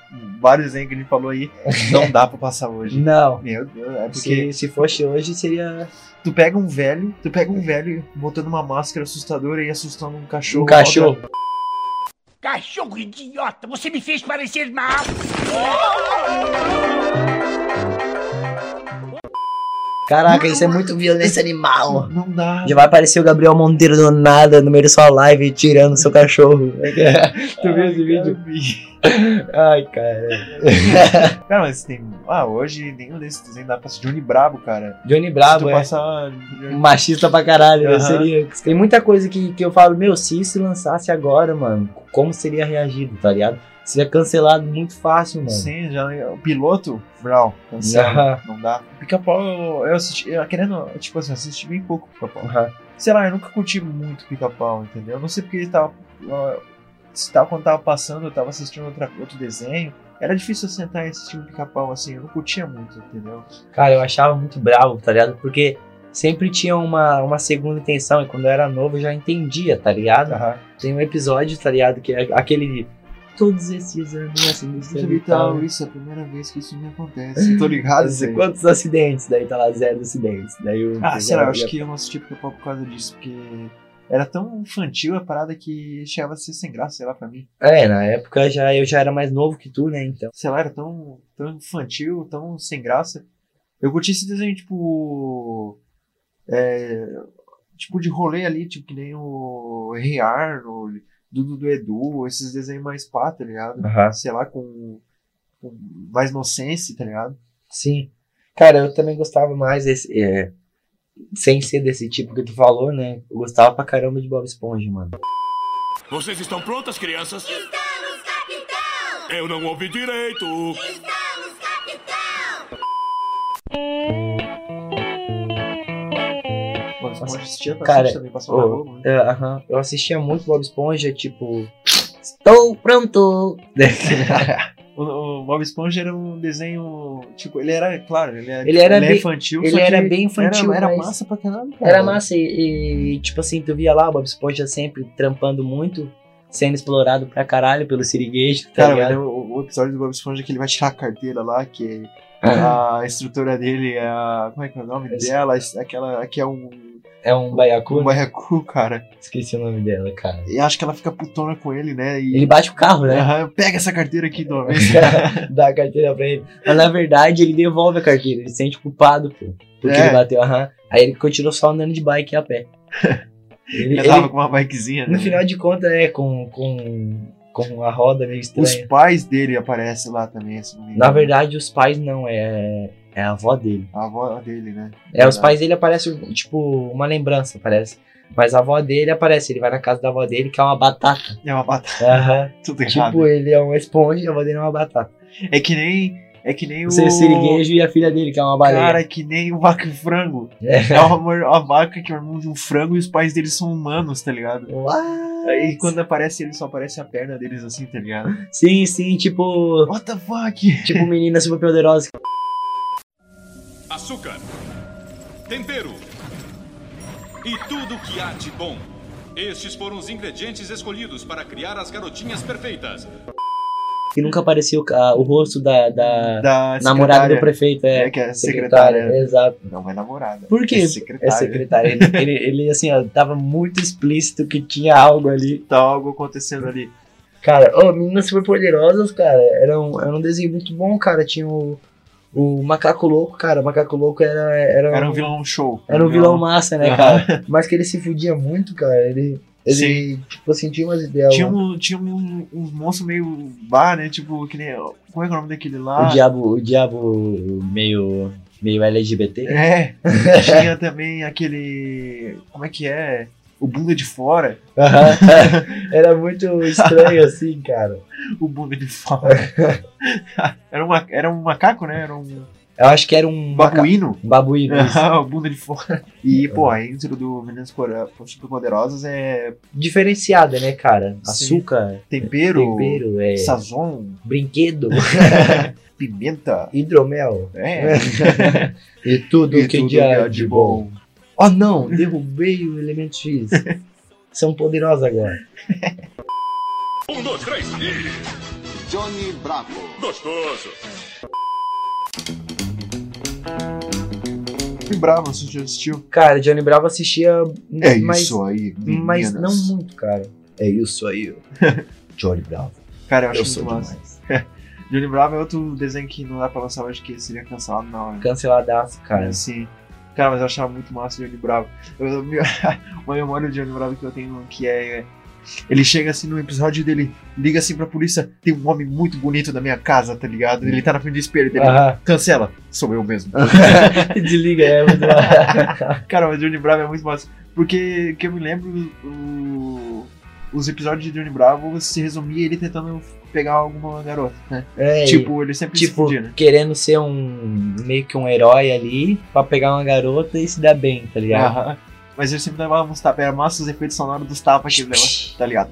vários aí que ele falou aí, não dá pra passar hoje.
Não.
Meu Deus, é porque
Se, se fosse hoje, seria
tu pega um velho, tu pega um velho botando uma máscara assustadora e assustando um cachorro.
um cachorro.
Cachorro idiota, você me fez parecer mal.
Caraca, isso é muito violência animal.
Não dá.
Já vai aparecer o Gabriel Monteiro do nada no meio da sua live tirando seu cachorro. tu viu esse vídeo? Ai, cara.
Cara, mas tem. Ah, hoje nenhum desses desenhos dá pra ser Johnny Brabo, cara.
Johnny
Se
Bravo
tu
é
passar.
machista pra caralho, né?
Aham.
Seria- Tem muita coisa que, que eu falo, meu, se isso lançasse agora, mano, como seria reagido, tá ligado? Seria cancelado muito fácil, mano.
Sim, já. O piloto, Brau, cancela. Não dá. Pica-pau, eu- eu assisti. Eu, querendo, tipo assim, eu assisti bem pouco pica-pau.
Aham.
sei lá, eu nunca curti muito pica-pau, entendeu? Não sei porque ele tava. ó, Se tava quando tava passando, eu tava assistindo outra, outro desenho. Era difícil eu sentar e assistir um pica-pau assim, eu não curtia muito, entendeu?
Cara, eu achava muito bravo, tá ligado? Porque sempre tinha uma, uma segunda intenção e quando eu era novo eu já entendia, tá ligado? Tem um episódio, tá ligado? Que é aquele. Todos esses anos assim,
Isso
isso
é
é vital.
vital, isso é a primeira vez que isso me acontece. Tô ligado,
Assim,
Zé.
Quantos acidentes? Daí tá lá zero acidentes. Daí o-
Ah, sei lá, eu acho que eu não assisti pica-pau por causa disso, porque era tão infantil a parada que chegava a ser sem graça, sei lá, pra mim.
É, na época já, eu já era mais novo que tu, né? Então.
sei lá, era tão, tão infantil, tão sem graça. Eu curti esse desenho, tipo. é, tipo de rolê ali, tipo que nem o Rei Arnold, Dudu do Edu, esses desenhos mais pá, tá ligado? Sei lá, com, com mais inocência, tá ligado?
Sim. Cara, eu também gostava mais desse. é, sem ser desse tipo que tu falou, né? Eu gostava pra caramba de Bob Esponja, mano.
tá
Vocês estão prontas, crianças? Estamos, capitão! Eu não ouvi direito.
Mano, você pode assistir pra
Cara,
assistir também, passou na
ô,
Globo, né?
É, aham. Eu assistia muito Bob Esponja, tipo. Estou pronto!
O, o Bob Esponja era um desenho. Tipo, ele era, claro, ele era,
Ele era bem-
infantil.
ele
só que
era bem infantil,
Era, era
mas-
massa pra caramba, cara.
Era massa e, e, tipo assim, tu via lá o Bob Esponja sempre trampando muito, sendo explorado pra caralho pelo siriguejo, tá
Cara,
ligado?
mas é o, o episódio do Bob Esponja que ele vai tirar a carteira lá, que a instrutora dele é a. Como é que é o nome
Esse-
dela? Aquela que é um,
É um baiacu,
um
né?
baiacu, cara.
esqueci o nome dela, cara.
E acho que ela fica putona com ele, né? E.
Ele bate o carro, né?
Aham, pega essa carteira aqui de uma vez.
Dá a carteira pra ele. Mas na verdade ele devolve a carteira, ele se sente culpado, pô. Porque
É.
ele bateu, aham. Aí ele continuou só andando de bike e a pé. Ele-
Ele
ele-
tava com uma bikezinha, né?
no final de contas é com, com, com a roda meio
Os
estranha.
pais dele aparecem lá também, se não me engano.
Na verdade, os pais não, é, é a avó dele.
A avó dele, né?
É, os
Verdade.
pais dele aparecem, tipo, uma lembrança, parece. Mas a avó dele aparece, ele vai na casa da avó dele, que é uma batata.
É uma batata tudo errado.
tipo, ele é uma esponja e a avó dele é uma batata.
É que nem. É que nem o.
O seu siriguejo e a filha dele, que é uma baleia.
Cara, é que nem o vaca e o frango.
É.
É uma, uma vaca que é o irmão de um frango e os pais deles são humanos, tá ligado? Aí quando aparece ele, só aparece a perna deles assim, tá ligado?
Sim, sim, tipo.
What the fuck?
Tipo, menina super poderosa.
Açúcar, tempero e tudo que há de bom. Estes foram os ingredientes escolhidos para criar as garotinhas perfeitas.
Que nunca apareceu ah, o rosto da, da
Da
É. namorada
secretária.
do prefeito. É,
É, que é secretária.
Exato.
Não é namorada.
Por quê?
É
É
secretária.
secretária. Ele, ele, ele, assim, ó, tava muito explícito que tinha algo ali.
Tá algo acontecendo ali.
Cara, ô, Meninas Super Poderosas, cara, era um, era um desenho muito bom, cara. Tinha o, o Macaco Louco, cara. O Macaco Louco era, era,
Era um vilão show.
era um vilão massa, né,
Aham.
cara? Mas que ele se fudia muito, cara. Ele, ele tipo assim, tinha umas ideias.
Tinha
mano.
um, tinha um, um monstro meio bar, né? Tipo, que nem. Como é que é o nome daquele lá?
O diabo, o diabo meio, meio LGBT.
É. tinha também aquele. Como é que é? O bunda de fora. É.
Era muito estranho assim, cara.
O bunda de fora. era, uma, era um macaco, né? Era um
Eu acho que era um maca-
babuíno.
um babuíno. isso.
o bunda de fora. E, pô, a intro do Meninas Cora- Superpoderosas é
Diferenciada, né, cara?
Sim.
Açúcar,
tempero,
tempero, é,
sazon,
brinquedo,
pimenta.
hidromel
É.
e tudo
E
que
tudo que
dia
é há
de bom. Oh não, derrubei o elemento X. São poderosos agora.
Um, dois, três e...
Johnny Bravo.
Gostoso.
Fui bravo, você já assistiu?
Cara, Johnny Bravo assistia.
É
mas,
isso aí, meninas.
Mas não muito, cara. É isso aí. Johnny Bravo.
Cara, eu acho
Eu sou
muito massa.
demais.
Johnny Bravo é outro desenho que não dá pra lançar hoje, que seria cancelado né? na hora.
Canceladaço, cara.
Assim, cara, mas eu achava muito massa o Johnny Bravo. Eu, eu- minha- uma memória do Johnny Bravo que eu tenho que é. Ele chega assim no episódio dele, liga assim pra polícia, tem um homem muito bonito na minha casa, tá ligado? Ele tá na frente do espelho dele.
Ah,
Cancela, sou eu mesmo.
desliga é, mas
Cara, mas Johnny Bravo é muito massa. Porque que eu me lembro, o- os episódios de Johnny Bravo se resumia ele tentando pegar alguma garota, né?
é,
Tipo, ele sempre se
tipo,
fudia, né?
querendo ser um meio que um herói ali pra pegar uma garota e se dar bem, tá ligado?
Aham. Mas ele sempre levava uns tapas, era massa os efeitos sonoros dos tapas que ele levava, tá ligado?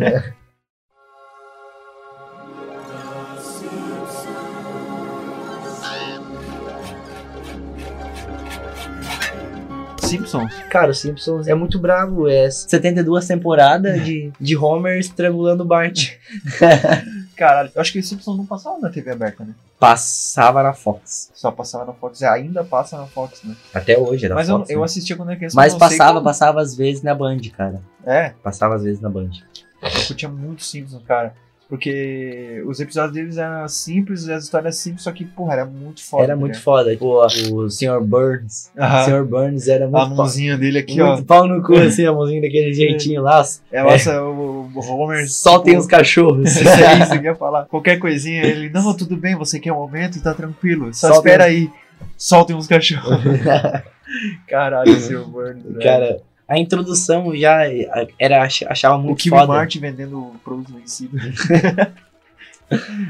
É.
Simpsons.
Cara, o Simpsons é muito bravo, é 72 temporadas de, de Homer estrangulando o Bart.
Caralho, eu acho que os Simpsons não passavam na TV aberta, né?
Passava na Fox.
Só passava na Fox, é, ainda passa na Fox, né?
Até hoje era
Mas
Fox.
eu, eu
né?
assistia quando era criança.
Mas
eu não sei
passava,
como-
passava às vezes na Band, cara.
É,
Passava às vezes na Band.
eu curtia muito Simpsons, cara. Porque os episódios deles eram simples, as histórias simples, só que, porra, era muito foda.
era
tá
muito
ligado?
foda. Tipo, a- o Sr. Burns.
Aham.
O Sr. Burns era
A
muito pau,
mãozinha dele aqui, ó.
muito pau no cu, assim, a mãozinha daquele jeitinho lá.
É, nossa, o o Homer.
Soltem os cachorros.
Isso é isso que eu ia falar. Qualquer coisinha, ele. Não, tudo bem, você quer um aumento? Tá tranquilo. Só
Soltem
espera aí. Soltem uns cachorros. Caralho, seu Burns. velho.
Cara, é a introdução já era, ach- achava
O
muito
Kim
foda.
Martin vendendo produto vencido.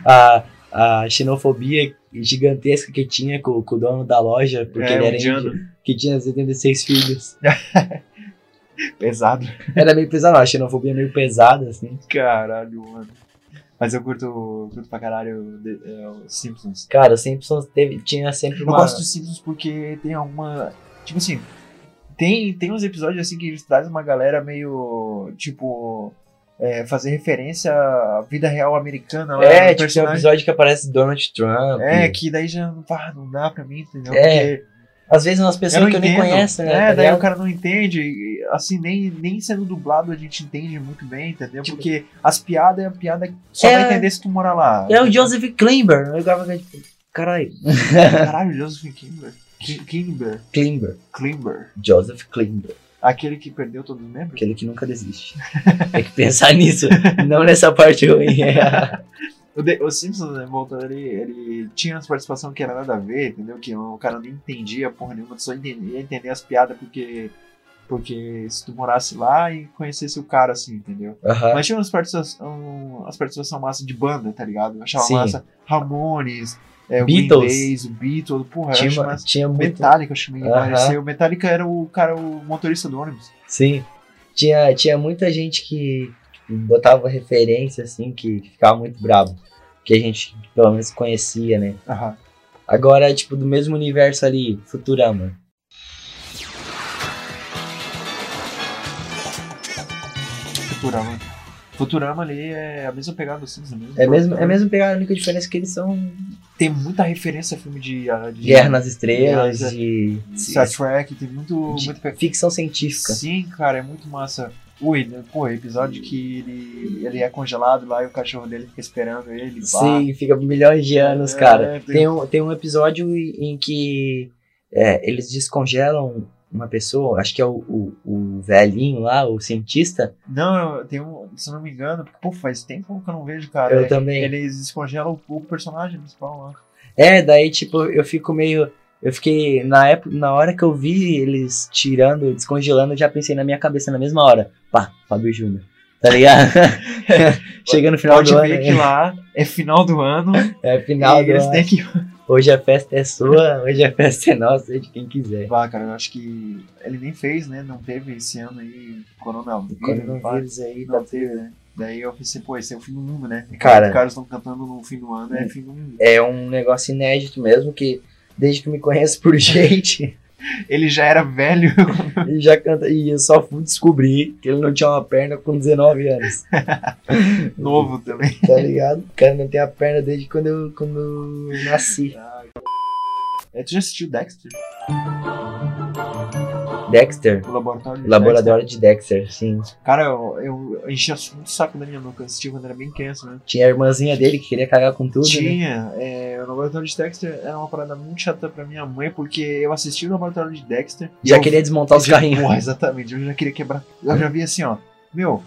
A, a xenofobia gigantesca que tinha com, com o dono da loja, porque
É,
ele
um
era
indiano.
índio, que tinha 76 filhos.
Pesado.
Era meio pesado, a xenofobia meio pesada, assim.
Caralho, mano. Mas eu curto, curto pra caralho de- é, os Simpsons.
Cara, o Simpsons teve, tinha sempre
Eu
uma.
gosto dos Simpsons porque tem alguma. Tipo assim. Tem, tem uns episódios assim que eles trazem uma galera meio. Tipo. é, fazer referência à vida real americana lá. né,
é,
do
tipo, tem um episódio que aparece Donald Trump.
É, que daí já pá, não dá pra mim, entendeu?
É,
Porque
Às vezes umas
eu
pessoas
não
que eu nem
entendo.
conheço, né?
É,
tá
daí
ligado?
o cara não entende. e, Assim, nem, nem sendo dublado a gente entende muito bem, entendeu?
Tipo-
Porque as piadas é a piada que só
É.
vai entender se tu morar lá.
É o Joseph Klimber. Eu ficava tipo, caralho.
Caralho, Joseph Kimber. Ki- Kimber.
Klimber.
Kimber.
Joseph Klimber.
Aquele que perdeu todos os membros?
Aquele que nunca desiste. Tem que pensar nisso. Não nessa parte ruim.
O, The- o Simpsons, né, voltando, ele, ele tinha as participações que era nada a ver, entendeu? Que o cara não entendia porra nenhuma, só entendia, ia entender as piadas porque, porque se tu morasse lá e conhecesse o cara, assim, entendeu?
Aham.
Mas tinha umas participações, as participações massa de banda, tá ligado? Eu achava
Sim.
massa Ramones, é, o Green
Beatles.
Days, o Beatles, porra, eu
Tinha,
acho
uma-
massa.
tinha muito.
Metallica, eu acho que me
Aham.
pareceu. Metallica era o cara, o motorista do ônibus.
Sim. Tinha, tinha muita gente que tipo, botava referência, assim, que ficava muito bravo. Que a gente, pelo menos, conhecia, né?
Aham.
Agora, tipo, do mesmo universo ali, Futurama.
Futurama. Futurama ali é a mesma pegada do Simpsons mesmo.
É mesmo, é mesmo pegar a única diferença é que eles são
tem muita referência a filme de, a- de
Guerra nas Estrelas,
Guerra-
de,
Star Trek, tem muito,
de
muito pe-
ficção científica.
Sim, cara, é muito massa. Ui, né, pô, episódio que ele, ele é congelado lá e o cachorro dele fica esperando ele. pá.
Sim, fica milhões de anos,
É,
cara.
tem-
Tem um, tem um episódio em em que é, eles descongelam uma pessoa, acho que é o, o, o velhinho lá, o cientista.
Não, eu- tem um, se eu não me engano, porque, pô, faz tempo que eu não vejo, cara.
eu
É,
também.
Eles descongelam o, o personagem principal lá.
É, daí, tipo, eu fico meio. Eu fiquei. Na época, na hora que eu vi eles tirando, descongelando, eu já pensei na minha cabeça na mesma hora. Pá, Fábio Júnior. Tá ligado? Chega no final
Pode
do
ver
ano.
que lá é final do ano
É final
e
do
eles
ano.
têm que
Hoje a festa é sua, hoje a festa é nossa, é de quem quiser.
levar, cara. Eu acho que ele nem fez, né? Não teve esse ano aí coronavírus. pá.
Coronavírus aí, tá
Não teve, né? Daí eu pensei, pô, esse é o fim do mundo, né?
Cara. Hum.
Os caras estão cantando no fim do ano, é fim do mundo.
é um negócio inédito mesmo, que desde que me conheço por gente,
Ele já era velho.
Ele já canta. E eu só fui descobrir que ele não tinha uma perna com 19 anos.
Novo também.
Tá ligado? O cara não tem a perna desde quando eu, quando eu nasci.
É, tu já assistiu Dexter?
Dexter.
O laboratório de
Laboratório de Dexter, sim.
Dexter? Cara, eu, eu enchia muito o saco da minha mãe quando eu assisti quando era bem criança, né?
Tinha a irmãzinha dele que queria cagar com tudo, né?
Tinha. é, o laboratório de Dexter era uma parada muito chata pra minha mãe, porque eu assisti o laboratório de Dexter. e
Já
eu-
queria desmontar os
Já-
carrinhos.
Porra, exatamente. Eu já queria quebrar. Eu já vi assim, ó. Meu.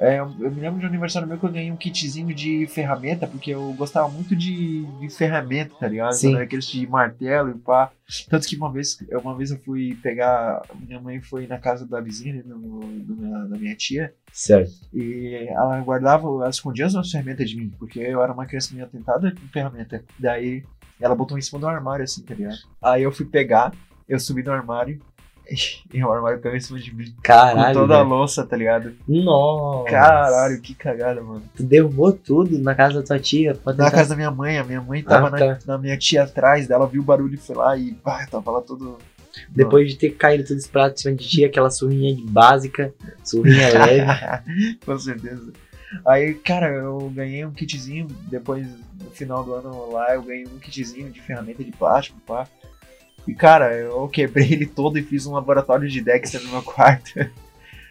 é, eu me lembro de um aniversário meu que eu ganhei um kitzinho de ferramenta, porque eu gostava muito de, de ferramenta, tá ligado?
Sim.
Quando era Aqueles de martelo e pá. Tanto que uma vez, uma vez eu fui pegar. Minha mãe foi na casa da vizinha, né, do- do minha- da minha tia,
Certo.
e ela guardava, ela escondia as minhas ferramentas de mim, porque eu era uma criança meio atentada com ferramenta. Daí ela botou em cima do armário, assim, tá ligado? Aí eu fui pegar, eu subi no armário, e o armário caiu em cima de mim.
Caralho.
com toda a
velho.
louça, tá ligado?
Nossa.
Caralho, que cagada, mano.
Tu derrubou tudo na casa da tua tia. Pode
Na
tentar-
casa da minha mãe, a minha mãe tava
Ah,
na-
tá.
na, minha tia atrás dela, viu o barulho e foi lá e pá, tava lá todo.
Depois de ter caído todos os pratos em cima de tia, aquela surrinha de básica, surrinha leve.
Com certeza. Aí, cara, eu ganhei um kitzinho, depois, no final do ano lá, eu ganhei um kitzinho de ferramenta de plástico, pá. E, cara, eu quebrei ele todo e fiz um laboratório de Dexter no meu quarto.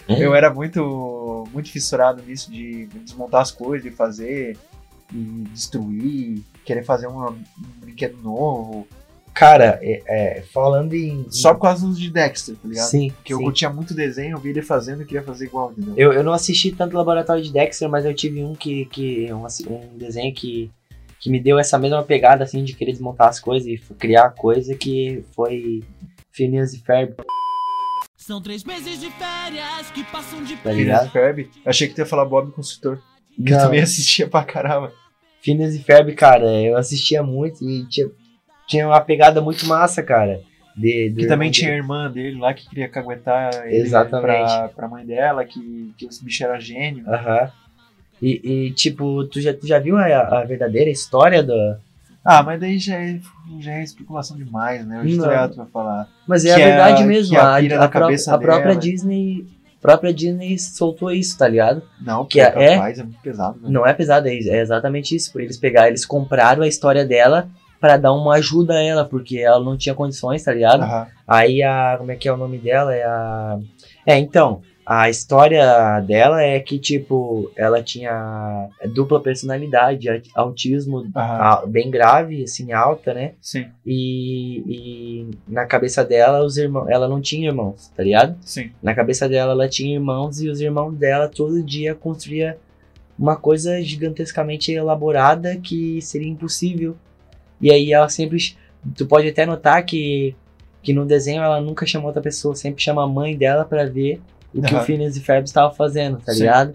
Hum?
Eu era muito, muito fissurado nisso de desmontar as coisas e fazer, e destruir, querer fazer uma- um brinquedo novo.
Hum. Cara, é, é, falando em.
Só por causa dos de Dexter, tá ligado?
Sim.
Porque eu
sim.
curtia muito desenho, eu vi ele fazendo e queria fazer igual, entendeu?
Eu, eu não assisti tanto Laboratório de Dexter, mas eu tive um que. que um, assi- um desenho que, que me deu essa mesma pegada, assim, de querer desmontar as coisas e f- criar coisa que foi Phineas e Ferb,
São três meses de férias que passam de
tá
Phineas
ligado?
e Ferb. Achei que tu ia falar Bob Consultor, que eu
Não.
também assistia pra caramba.
Phineas e Ferb, cara, eu assistia muito e tinha, tinha uma pegada muito massa, cara. De, do
Que também
irmão
tinha a
dele.
irmã dele lá que queria caguetar ele
Exatamente.
pra, pra mãe dela, que, que os bichos eram gênio.
Aham. E, e, tipo, tu já, tu já viu a, a verdadeira história do.
Ah, mas daí já é, já é especulação demais, né? O
Não.
historiado vai falar.
Mas é a
Que a-
verdade mesmo,
que a
a, a,
pira na
pró-
cabeça
a
dela.
própria
né?
Disney. A própria Disney soltou isso, tá ligado?
Não,
Que
que
é-
é capaz, é muito pesado, né?
Não é pesado, é é exatamente isso. Eles pegaram, eles compraram a história dela pra dar uma ajuda a ela, porque ela não tinha condições, tá ligado?
Aham.
Aí a. Como é que é o nome dela? É a. É, então. A história dela é que, tipo, ela tinha dupla personalidade, a- autismo
Aham.
a- bem grave, assim, alta, né?
Sim,
E, e na cabeça dela, os irmãos. Ela não tinha irmãos, tá ligado?
sim.
Na cabeça dela, ela tinha irmãos e os irmãos dela todo dia construía uma coisa gigantescamente elaborada que seria impossível. E aí ela sempre. Tu pode até notar que, que no desenho ela nunca chamou outra pessoa, sempre chama a mãe dela pra ver o que o
Aham.
Phineas e Ferb estavam fazendo, tá
Sim.
ligado?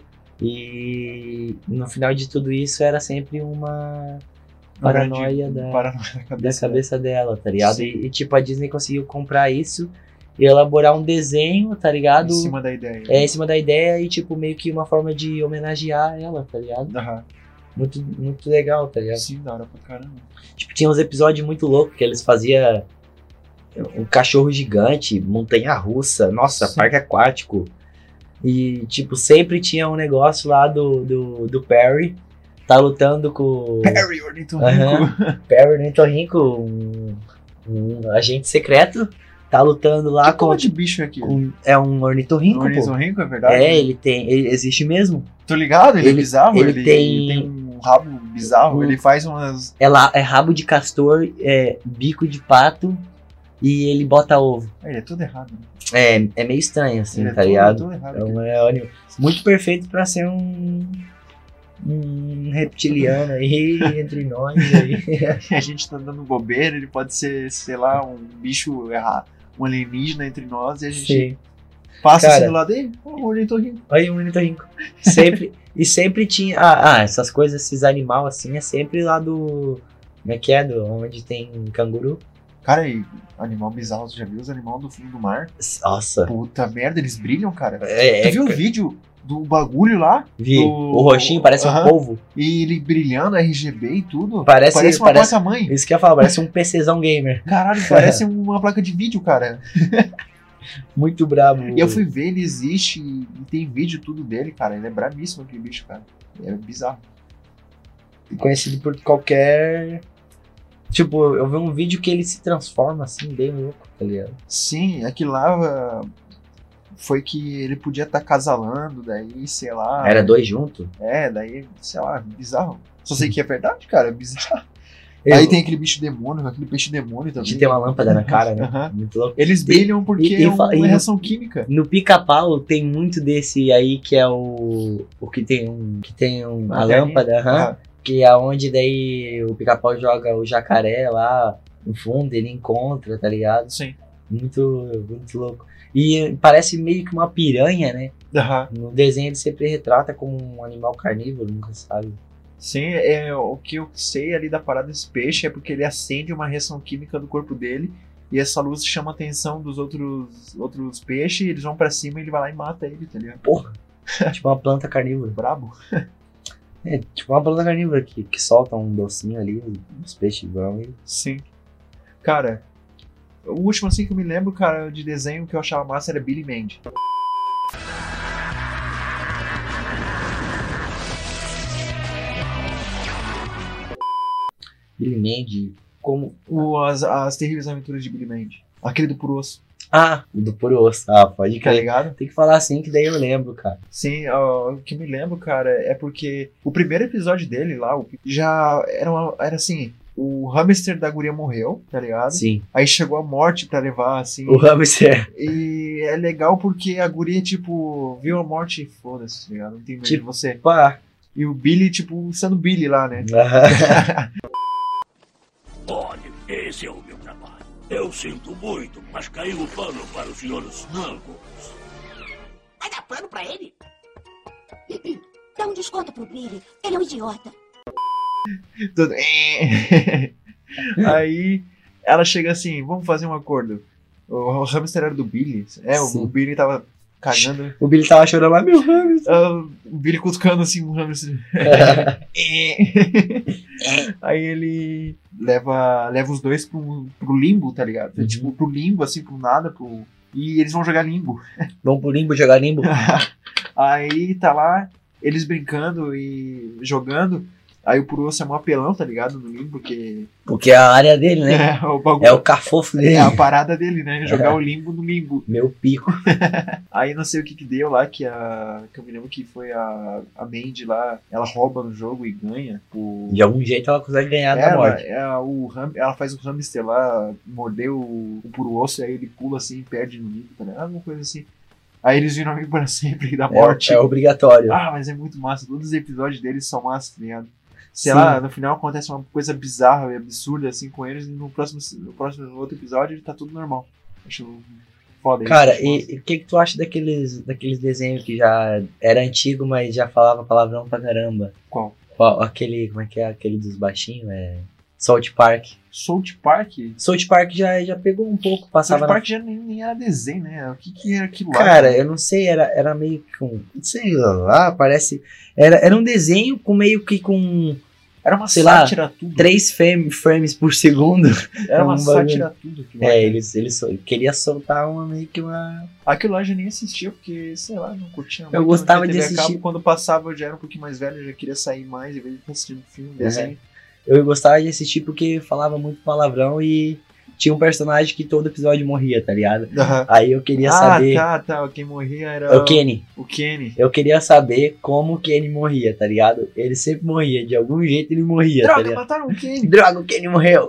E no final de tudo isso era sempre uma
Na verdade,
Paranoia da-
Um Paranoia da
da
cabeça.
cabeça dela, tá ligado?
Sim.
E, e, tipo, a Disney conseguiu comprar isso e elaborar um desenho, tá
dela.
ligado?
Em cima da ideia.
é, em cima da ideia e, tipo, meio que uma forma de homenagear ela, tá ligado?
Aham.
Muito, muito legal, tá ligado?
Sim, da hora pra caramba.
Tipo, tinha uns episódios muito loucos que eles faziam um cachorro gigante, montanha russa, nossa,
Sim.
parque aquático. E, tipo, sempre tinha um negócio lá do, do, do Perry, tá lutando com.
Harry Ornitorrinco.
É. Aham. Perry Ornitorrinco, um, um agente secreto, tá lutando lá
Que
com,
cor de bicho é aqui?
com- É um ornitorrinco, pô.
Ornitorrinco, é verdade?
É, ele tem. Ele existe mesmo.
Tô ligado, ele,
Ele-
é bizarro,
ele
ele,
tem-
ele tem um rabo bizarro,
Um-
ele faz umas.
É, la, é rabo de castor, é bico de pato e ele bota ovo.
É, Ele é tudo errado. né?
É, é meio estranho, assim,
Ele é
tá
tudo,
ligado?
tudo errado.
É um é um animal muito perfeito pra ser um. Um reptiliano aí entre nós aí.
a gente tá dando bobeira, ele pode ser, sei lá, um bicho errado, um alienígena entre nós e a gente
Sim.
passa
Cara.
assim do lado dele, ó, o ornitorrinco.
Olha aí um ornitorrinco. Sempre. e sempre tinha. Ah, ah, essas coisas, esses animais assim, é sempre lá do. Como é que é? Do, onde tem canguru.
Cara, e animal bizarro, você já viu os animais do fundo do mar?
Nossa.
Puta merda, eles brilham, cara.
É,
tu viu o vídeo? do bagulho lá
Vi.
Do-
O roxinho parece um
Aham.
polvo.
e ele brilhando RGB e tudo.
Parece-
parece uma
parece-
placa-mãe.
Isso que eu ia falar, parece um PCzão gamer.
Caralho, parece uma placa de vídeo, cara.
Muito brabo.
E eu fui ver, ele existe e tem vídeo tudo dele, cara. Ele é brabíssimo aquele bicho, cara. É bizarro.
Conhecido por qualquer. Tipo, eu vi um vídeo que ele se transforma assim, bem louco, tá ligado?
Sim, aquilo lá ah, foi que ele podia estar casalando, daí, sei lá.
Era dois junto.
É, daí, sei lá, bizarro. Só sei que é verdade, cara, é bizarro.
Eu-
Aí tem aquele bicho demônio, aquele peixe demônio também.
De ter uma lâmpada na cara, né?
Aham.
Muito louco.
Eles brilham porque
e- e
é uma
fa- e-
reação química.
No pica-pau tem muito desse aí que é o. O que tem um. Que tem um, a
Uma galinha.
lâmpada, aham.
Ah,
Que é onde daí o pica-pau joga o jacaré lá no fundo, ele encontra, tá ligado?
Ah, sim.
Muito, muito louco. E parece meio que uma piranha, né?
Aham.
No desenho ele sempre retrata como um animal carnívoro, nunca sabe.
Sim, é, o que eu sei ali da parada desse peixe é porque ele acende uma reação química do corpo dele e essa luz chama a atenção dos outros, outros peixes, eles vão pra cima e ele vai lá e mata ele, tá ligado?
tipo uma planta carnívora.
Brabo.
É, tipo uma planta carnívora que, que solta um docinho ali, os peixes vão e.
Sim. Cara, o último assim que eu me lembro, cara, de desenho que eu achava massa era Billy Mandy.
Billy Mandy, como.
O, as, as terríveis aventuras de Billy Mandy. Aquele do puro osso,
Ah, do puro osso. Ah, pode
tá
crer.
ligado?
Tem que falar assim que daí eu lembro, cara.
Sim, ó, o que eu me lembro, cara, é porque o primeiro episódio dele lá o- já era, uma- era assim: o hamster da guria morreu, tá ligado?
Sim.
Aí chegou a morte pra levar, assim.
O hamster.
E é legal porque a guria, tipo, viu a morte e foda-se, tá ligado? Não tem medo de
Tipo-
você.
Pá.
E o Billy, tipo, sendo Billy lá, né?
Olhe, esse é o meu trabalho. Eu sinto muito, mas caiu o pano para o senhor Snuggle.
Vai dar pano pra ele? Dá um desconto pro Billy. Ele é um idiota.
Todo... Aí ela chega assim: vamos fazer um acordo. O hamster era do Billy. É, o-
Sim.
o Billy tava cagando.
o Billy tava chorando lá, meu hamster.
Ah, o Billy cutucando assim um hamster. É. Aí ele leva, leva os dois pro, pro limbo, tá ligado?
Uhum.
Tipo, pro limbo, assim, pro nada, pro. E eles vão jogar limbo.
Vamos pro limbo, jogar limbo.
Aí tá lá, eles brincando e jogando. Aí o Purosso é mó apelão, tá ligado? No limbo, porque
Porque é a área dele, né?
é o bagulho.
É o cafofo dele.
é a parada dele, né? Jogar o limbo no limbo.
Meu pico.
Aí não sei o que que deu lá, que a. Que eu me lembro que foi a. A Mandy lá, ela rouba no jogo e ganha. O,
De algum jeito ela consegue ganhar da
ela,
morte.
é o, ham- ela faz o hamster lá, morder o, o puro osso, e aí ele pula assim e perde no nível, tá ligado? Alguma coisa assim. Aí eles viram amigo pra sempre da
É,
morte.
é obrigatório.
Ah, mas é muito massa. Todos os episódios deles são massa, tá ligado? Sei
Sim.
lá, no final acontece uma coisa bizarra e absurda assim com eles, e no próximo, no próximo no outro episódio tá tudo normal. Acho foda isso, tipo,
Cara,
acho massa.
e o que, que tu acha daqueles, daqueles desenhos que já era antigo, mas já falava palavrão pra caramba?
Qual?
Qual- Aquele, como é que é? Aquele dos baixinhos? É. Salt Park.
South Park
Salt Park já, já pegou um pouco,
South
passava na
Park já nem, nem era desenho, né? O que, que era aquilo lá?
Cara, eu não sei, era, era meio que um. Não sei lá, parece. Era, era um desenho com meio que com
era uma
sei lá,
sátira a tudo.
3 frames por segundo.
Era uma
um bagulho.
sátira a tudo. Aquilo, lá,
É,
cara.
eles, eles sol- queria soltar uma meio que uma.
aquilo lá eu já nem assistia, porque, sei lá, não curtia muito.
gostava
não tinha
de
TV a cabo.
assistir.
Quando passava eu já era um pouquinho mais velho, eu já queria sair mais, em vez de ficar assistindo filme, desenho.
Eu gostava de assistir porque falava muito palavrão e tinha um personagem que todo episódio morria, tá ligado?
Aham.
Aí eu queria
ah,
saber.
tá, tá. Quem morria era
É O Kenny.
o Kenny.
Eu queria saber como o Kenny morria, tá ligado? Ele sempre morria, de algum jeito ele morria, tá
Droga,
ligado?
mataram o Kenny.
Droga, o Kenny morreu!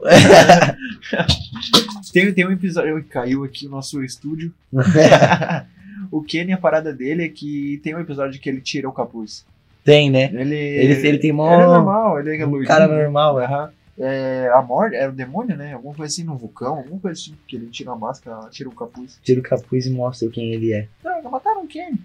Tem, tem um episódio. Ui, Caiu aqui o nosso estúdio. o Kenny, a parada dele é que tem um episódio que ele tira o capuz.
Tem, né?
Ele,
Ele, ele tem mó.
Ele é normal, ele é
Um
loirinho.
cara normal, é.
Aham. É, a morte, era o demônio, né? Alguma coisa assim no vulcão, alguma coisa assim, que ele tira a máscara, tira o capuz.
Tira o capuz e mostra quem ele é.
Droga, mataram quem?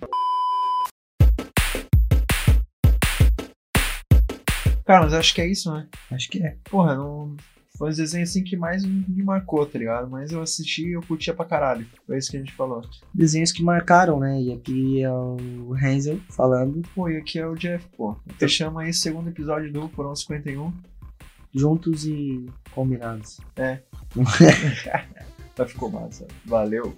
Cara, mas acho que é isso, né?
Acho que é.
Porra, não. Foi um desenho assim que mais me marcou, tá ligado? Mas eu assisti e eu curtia pra caralho. Foi isso que a gente falou.
Desenhos que marcaram, né? E aqui é o Hansel falando,
Pô, e aqui é o Jeff, pô. Fechamos aí o segundo episódio do Porão 51.
juntos e combinados.
Mas ficou massa. Tá, Valeu.